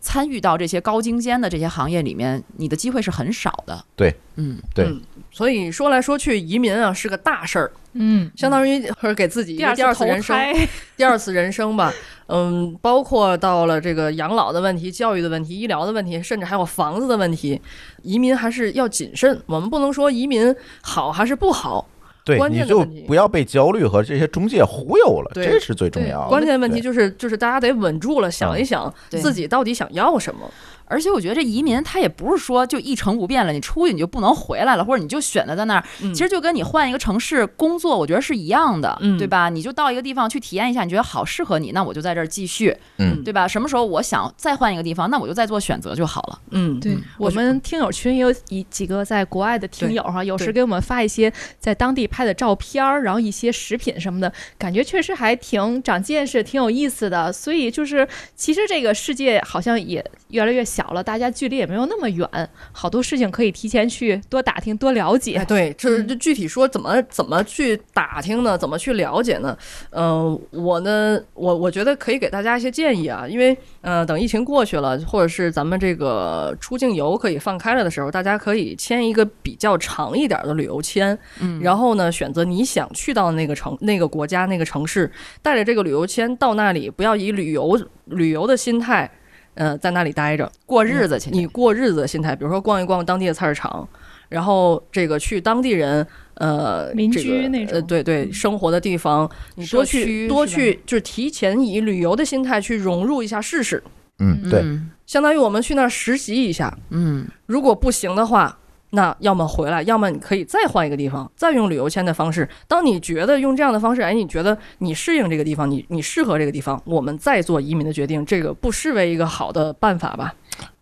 参与到这些高精尖的这些行业里面，你的机会是很少的。对，嗯，对嗯所以说来说去，移民啊是个大事儿，嗯，相当于或者给自己一第个二第二次投人生，胎，第二次人生吧。嗯，包括到了这个养老的问题、教育的问题、医疗的问题，甚至还有房子的问题，移民还是要谨慎。我们不能说移民好还是不好，对，关你键的就问题不要被焦虑和这些中介忽悠了，对这是最重对要的。关键问题对就是就是大家得稳住了，想一想对自己到底想要什么。而且我觉得这移民他也不是说就一成不变了，你出去你就不能回来了，或者你就选择在那儿。嗯其实就跟你换一个城市工作，我觉得是一样的，嗯对吧？你就到一个地方去体验一下，你觉得好适合你，那我就在这儿继续，嗯对吧？什么时候我想再换一个地方，那我就再做选择就好了。嗯，对我们听友群也有一几个在国外的听友哈，有时对给我们发一些在当地拍的照片儿，然后一些食品什么的，感觉确实还挺长见识，挺有意思的。所以就是，其实这个世界好像也越来越小了，大家距离也没有那么远，好多事情可以提前去多打听、多了解。哎，对，就是嗯就具体说怎么怎么去打听呢？怎么去了解呢？嗯，我呢，我我觉得可以给大家一些建议啊，因为呃，等疫情过去了，或者是咱们这个出境游可以放开了的时候，大家可以签一个比较长一点的旅游签，嗯然后呢，选择你想去到的那个城、那个国家、那个城市，带着这个旅游签到那里，不要以旅游旅游的心态，呃，在那里待着。过日子去。你过日子的心态，比如说逛一逛当地的菜市场，然后这个去当地人呃民这居个那呃种对对生活的地方，你多社区去是多吧去，就是提前以旅游的心态去融入一下试试，嗯，对，嗯相当于我们去那儿实习一下。嗯如果不行的话，那要么回来，要么你可以再换一个地方，再用旅游签的方式。当你觉得用这样的方式，哎，你觉得你适应这个地方，你你适合这个地方，我们再做移民的决定，这个不失为一个好的办法吧？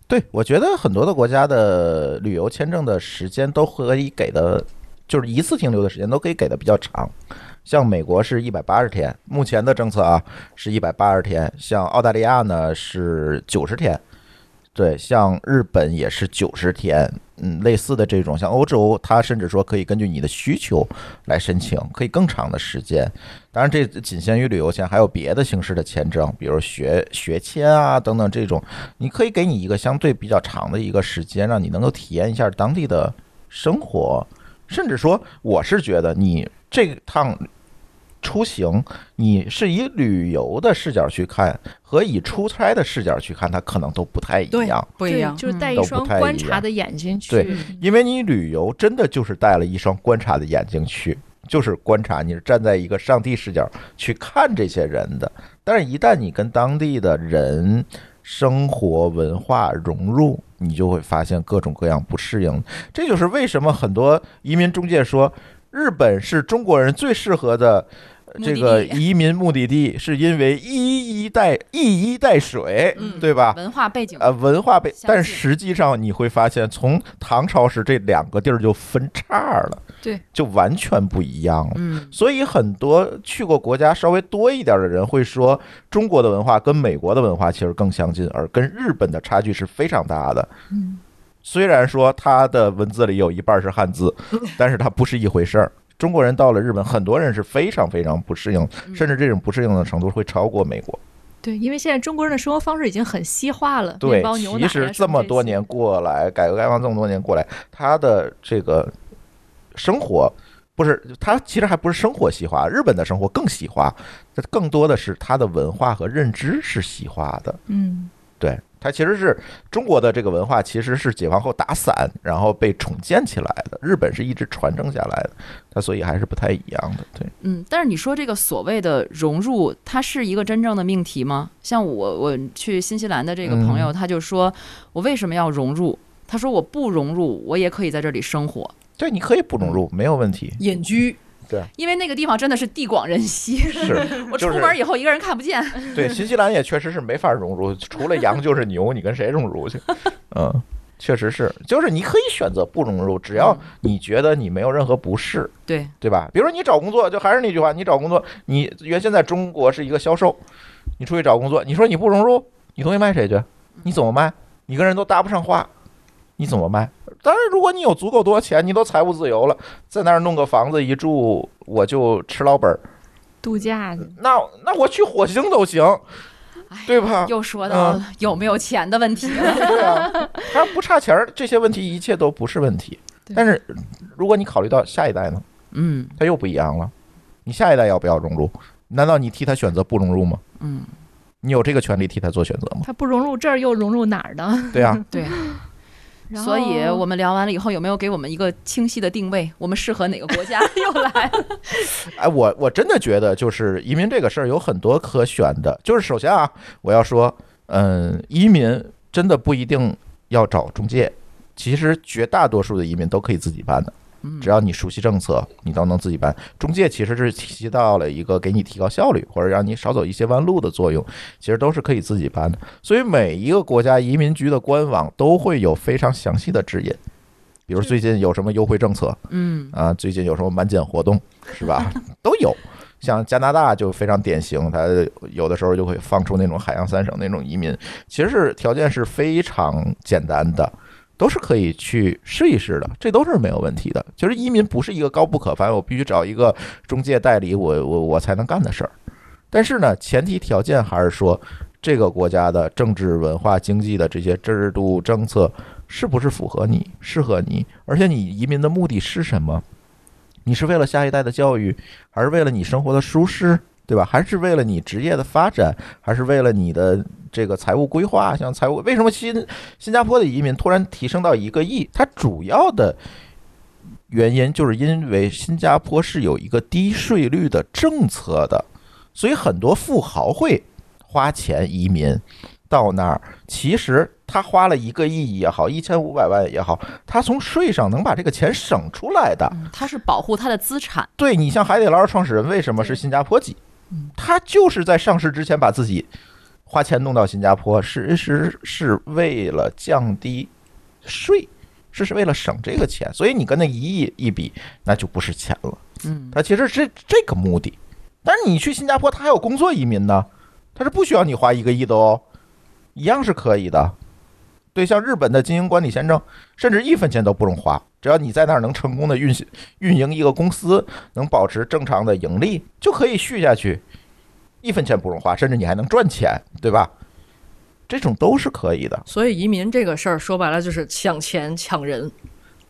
对，我觉得很多的国家的旅游签证的时间都可以给的就是一次停留的时间都可以给的比较长。像美国是一百八十天，目前的政策啊是一百八十天，像澳大利亚呢是九十天，对，像日本也是九十天，嗯，类似的这种，像欧洲，它甚至说可以根据你的需求来申请，可以更长的时间。当然，这仅限于旅游签，还有别的形式的签证，比如学学签啊等等这种，你可以给你一个相对比较长的一个时间，让你能够体验一下当地的生活，甚至说，我是觉得你这趟出行，你是以旅游的视角去看和以出差的视角去看，它可能都不太一对样。，不一样。就是带都不一嗯双太观一察样的眼睛去。对因为你旅游真的就是带了一双观察的眼睛去，就是观察，你是站在一个上帝视角去看这些人的。但是，一旦你跟当地的人、生活文化融入，你就会发现各种各样不适应。这就是为什么很多移民中介说，日本是中国人最适合的。目的这地个移民目的地是因为一衣带一衣带水，嗯对吧？文化背景呃，文化被，相但近实际上你会发现，从唐朝时这两个地儿就分叉了，对，就完全不一样了。嗯，所以很多去过国家稍微多一点的人会说，中国的文化跟美国的文化其实更相近，而跟日本的差距是非常大的。嗯，虽然说它的文字里有一半是汉 [laughs] 字，但是它不是一回事儿。中国人到了日本，很多人是非常非常不适应，嗯甚至这种不适应的程度会超过美国。对，因为现在中国人的生活方式已经很西化了，对面包、，牛奶其啊实什这么些多年过来，改革开放这么多年过来，他的这个生活不是他其实还不是生活西化，日本的生活更西化，这更多的是他的文化和认知是西化的。嗯，对，它其实是中国的这个文化其实是解放后打散，然后被重建起来的，日本是一直传承下来的，它所以还是不太一样的。对。嗯，但是你说这个所谓的融入，它是一个真正的命题吗？像我我去新西兰的这个嗯朋友，他就说我为什么要融入？他说我不融入，我也可以在这里生活，对，你可以不融入，没有问题。隐居，因为那个地方真的是地广人稀，是 [laughs] 我出就是门以后一个人看不见。对，新西兰也确实是没法融入，除了羊就是牛，你跟谁融入去？嗯，确实是，就是你可以选择不融入，只要嗯你觉得你没有任何不适，对，对吧？比如说你找工作，就还是那句话，你找工作，你原先在中国是一个销售，你出去找工作，你说你不融入，你东西卖谁去？你怎么卖？你跟人都搭不上话，你怎么卖？当然，如果你有足够多钱，你都财务自由了，在那儿弄个房子一住，我就吃老本儿。度假的那那我去火星都行哎，对吧？又说到了有没有钱的问题了。对啊，他不差钱儿，这些问题一切都不是问题。对但是如果你考虑到下一代呢， [laughs] 嗯他又不一样了。你下一代要不要融入？难道你替他选择不融入吗？嗯，你有这个权利替他做选择吗？他不融入这儿又融入哪儿呢？对 [laughs] 啊，对。然所以后我们聊完了以嗯后，有没有给我们一个清晰的定位？我们适合哪个国家？ [laughs] 又来了，哎，我我真的觉得就是移民这个事儿有很多可选的。就是首先啊，我要说，嗯，移民真的不一定要找中介，其实绝大多数的移民都可以自己办的。嗯只要你熟悉政策，你都能自己办。中介其实是起到了一个给你提高效率或者让你少走一些弯路的作用，其实都是可以自己办的。所以每一个国家移民局的官网都会有非常详细的指引，比如最近有什么优惠政策嗯啊，最近有什么满减活动，是 [laughs] 吧？都有。像加拿大就非常典型，它有的时候就会放出那种海洋三省那种移民，其实是条件是非常简单的，都是可以去试一试的，这都是没有问题的。其实移民不是一个高不可攀，我必须找一个中介代理，我我我才能干的事儿。但是呢，前提条件还是说这个国家的政治、文化、经济的这些制度、政策是不是符合你、适合你，而且你移民的目的是什么？你是为了下一代的教育，还是为了你生活的舒适，对吧？还是为了你职业的发展，还是为了你的这个财务规划？像财务，为什么新新加坡的移民突然提升到一个亿，它主要的原因就是因为新加坡是有一个低税率的政策的，所以很多富豪会花钱移民到那儿。其实他花了一个亿也好，一千五百万也好，他从税上能把这个钱省出来的。嗯，他是保护他的资产。对你像海底捞创始人为什么是新加坡籍嗯？他就是在上市之前把自己花钱弄到新加坡，其实是为了降低税，这是为了省这个钱，所以你跟那一亿一比，那就不是钱了。嗯，它其实是这个目的。但是你去新加坡，它还有工作移民呢，它是不需要你花一个亿的哦，一样是可以的。对，像日本的经营管理签证，甚至一分钱都不用花，只要你在那儿能成功的运行运营一个公司，能保持正常的盈利，就可以续下去，一分钱不用花，甚至你还能赚钱，对吧？这种都是可以的。所以移民这个事儿说白了就是抢钱抢人。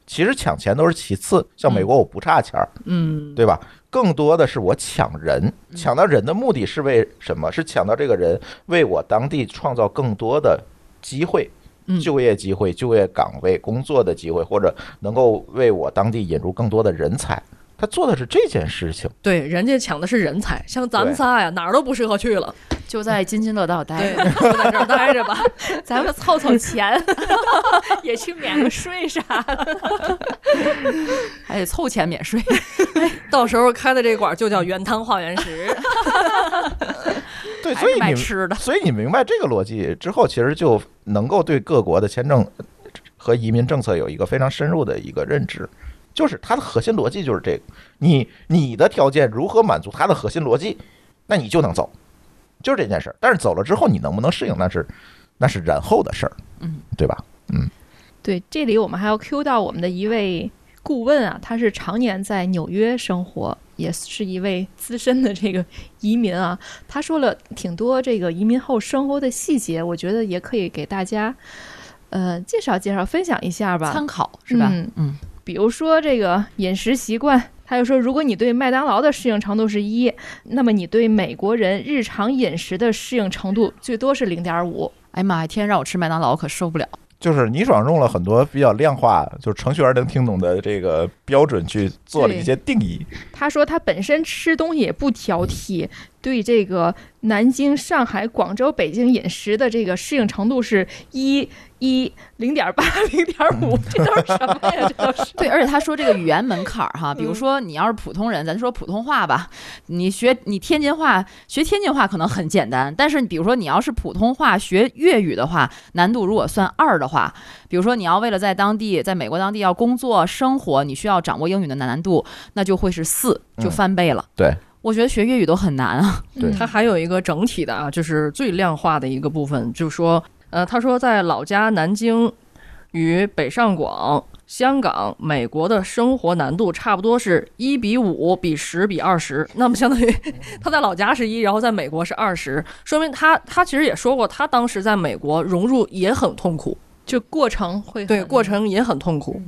其实抢钱都是其次，像美国我不差钱儿，嗯，对吧？更多的是我抢人，抢到人的目的是为什么？是抢到这个人为我当地创造更多的机会嗯，就业机会、就业岗位、工作的机会，或者能够为我当地引入更多的人才。他做的是这件事情，对，人家抢的是人才，像咱们对仨呀，哪儿都不适合去了。就在津津乐道待对着。，就在这儿待着吧。咱们凑凑钱， [laughs] 也去免个税啥的。还得凑钱免税。 [laughs] 到时候开的这馆儿就叫原汤化原食。对，还所以是卖你 [laughs] 吃的所以你明白这个逻辑之后，其实就能够对各国的签证和移民政策有一个非常深入的一个认知，就是它的核心逻辑就是这个，你你的条件如何满足它的核心逻辑，那你就能走，就是这件事儿。但是走了之后，你能不能适应，那是那是然后的事儿，嗯，对吧？对，这里我们还要 Q 到我们的一位顾问啊，他是常年在纽约生活，也是一位资深的这个移民啊。他说了挺多这个移民后生活的细节，我觉得也可以给大家呃介绍介绍、分享一下吧。参考是吧？嗯嗯，比如说这个饮食习惯，他就说，如果你对麦当劳的适应程度是一，那么你对美国人日常饮食的适应程度最多是零点五。哎呀妈呀，天天让我吃麦当劳可受不了。就是倪爽用了很多比较量化，就是程序员能听懂的这个标准去做了一些定义。他说他本身吃东西也不挑剔，对这个南京、上海、广州、北京饮食的这个适应程度是一一零点八零点嗯五，这都是什么呀？这都是 [laughs] 对，而且他说这个语言门槛儿哈，嗯比如说你要是普通人，咱说普通话吧，你学你天津话学天津话可能很简单，但是比如说你要是普通话学粤语的话，难度如果算二的话，比如说你要为了在当地在美国当地要工作生活，你需要掌握英语的难度，那就会是四，就嗯翻倍了。对，我觉得学粤语都很难啊。嗯对它还有一个整体的啊，就是最量化的一个部分，就是说，呃，他说在老家南京与北上广、香港、美国的生活难度差不多是一比五、比十、比二十，那么相当于他在老家是一，然后在美国是二十，说明他他其实也说过，他当时在美国融入也很痛苦，就过程会对，很嗯过程也很痛苦。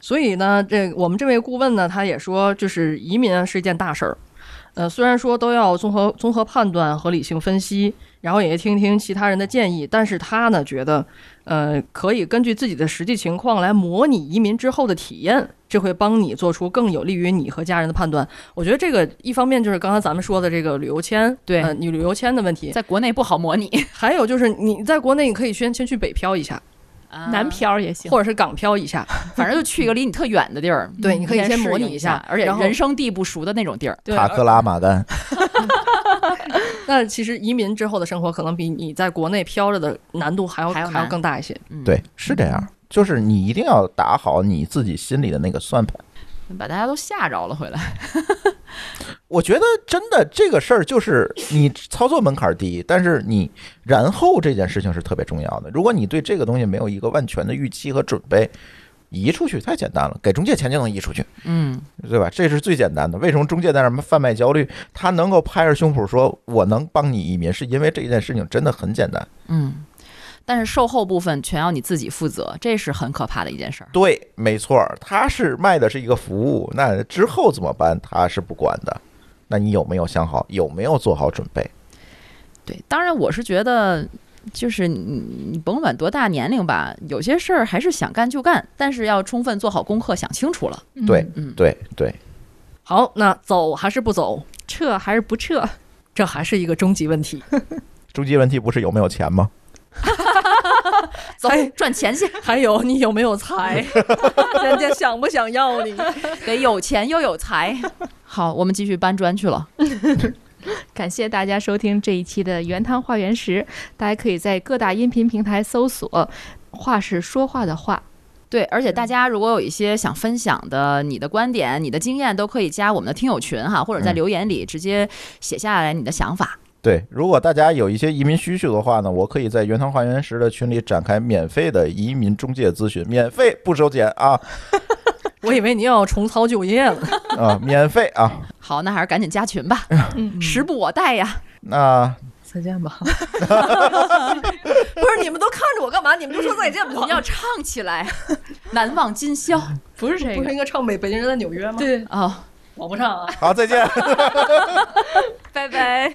所以呢，这我们这位顾问呢，他也说，就是移民啊是一件大事儿。呃，虽然说都要综合综合判断和理性分析，然后也听听其他人的建议，但是他呢觉得，呃，可以根据自己的实际情况来模拟移民之后的体验，这会帮你做出更有利于你和家人的判断。我觉得这个一方面就是刚才咱们说的这个旅游签，对呃你旅游签的问题， [laughs] 在国内不好模拟，还有就是你在国内你可以先先去北漂一下，啊南，漂也行，或者是港漂一下，啊反正就去一个离你特远的地儿。对，你可以先模适拟应一下，而且然后人生地不熟的那种地儿。对塔克拉玛干，那其实移民之后的生活，可能比你在国内飘着的难度还要还要难更大一些。嗯，对，是这样。就是你一定要打好你自己心里的那个算盘。把大家都吓着了回来。我觉得真的这个事儿就是你操作门槛低，但是你然后这件事情是特别重要的。如果你对这个东西没有一个万全的预期和准备，移出去太简单了，给中介钱就能移出去，嗯，对吧？这是最简单的。为什么中介在那儿贩卖焦虑？他能够拍着胸脯说我能帮你移民，是因为这件事情真的很简单。嗯，但是售后部分全要你自己负责，这是很可怕的一件事儿。对，没错儿，他是卖的是一个服务，那之后怎么办？他是不管的。那你有没有想好？有没有做好准备？对，当然我是觉得，就是你你甭管多大年龄吧，有些事儿还是想干就干，但是要充分做好功课，想清楚了。嗯对 [laughs] 嗯，对对，好，那走还是不走，撤还是不撤？这还是一个终极问题，终极问题不是有没有钱吗？走哎赚钱 [laughs] 去，还有你有没有才， [laughs] 人家想不想要你？得有钱又有才。 [laughs] 好，我们继续搬砖去了。感谢大家收听这一期的《原汤化原食》，大家可以在各大音频平台搜索“话是说话的话”。对，而且大家如果有一些想分享的你的观点、你的经验，都可以加我们的听友群哈，或者在嗯留言里直接写下来你的想法。对，如果大家有一些移民需求的话呢，我可以在原汤化原石的群里展开免费的移民中介咨询，免费不收钱啊我以为你要重操旧业了。啊，免费啊。好，那还是赶紧加群吧， [laughs] 时不我待呀。那再见吧。不是你们都看着我干嘛？你们就说再见吧。你要唱起来，难忘今 [laughs] 宵不是这不是个，应该唱《北北京人在纽约》吗？，对，哦，我不唱啊。好，再见。拜拜。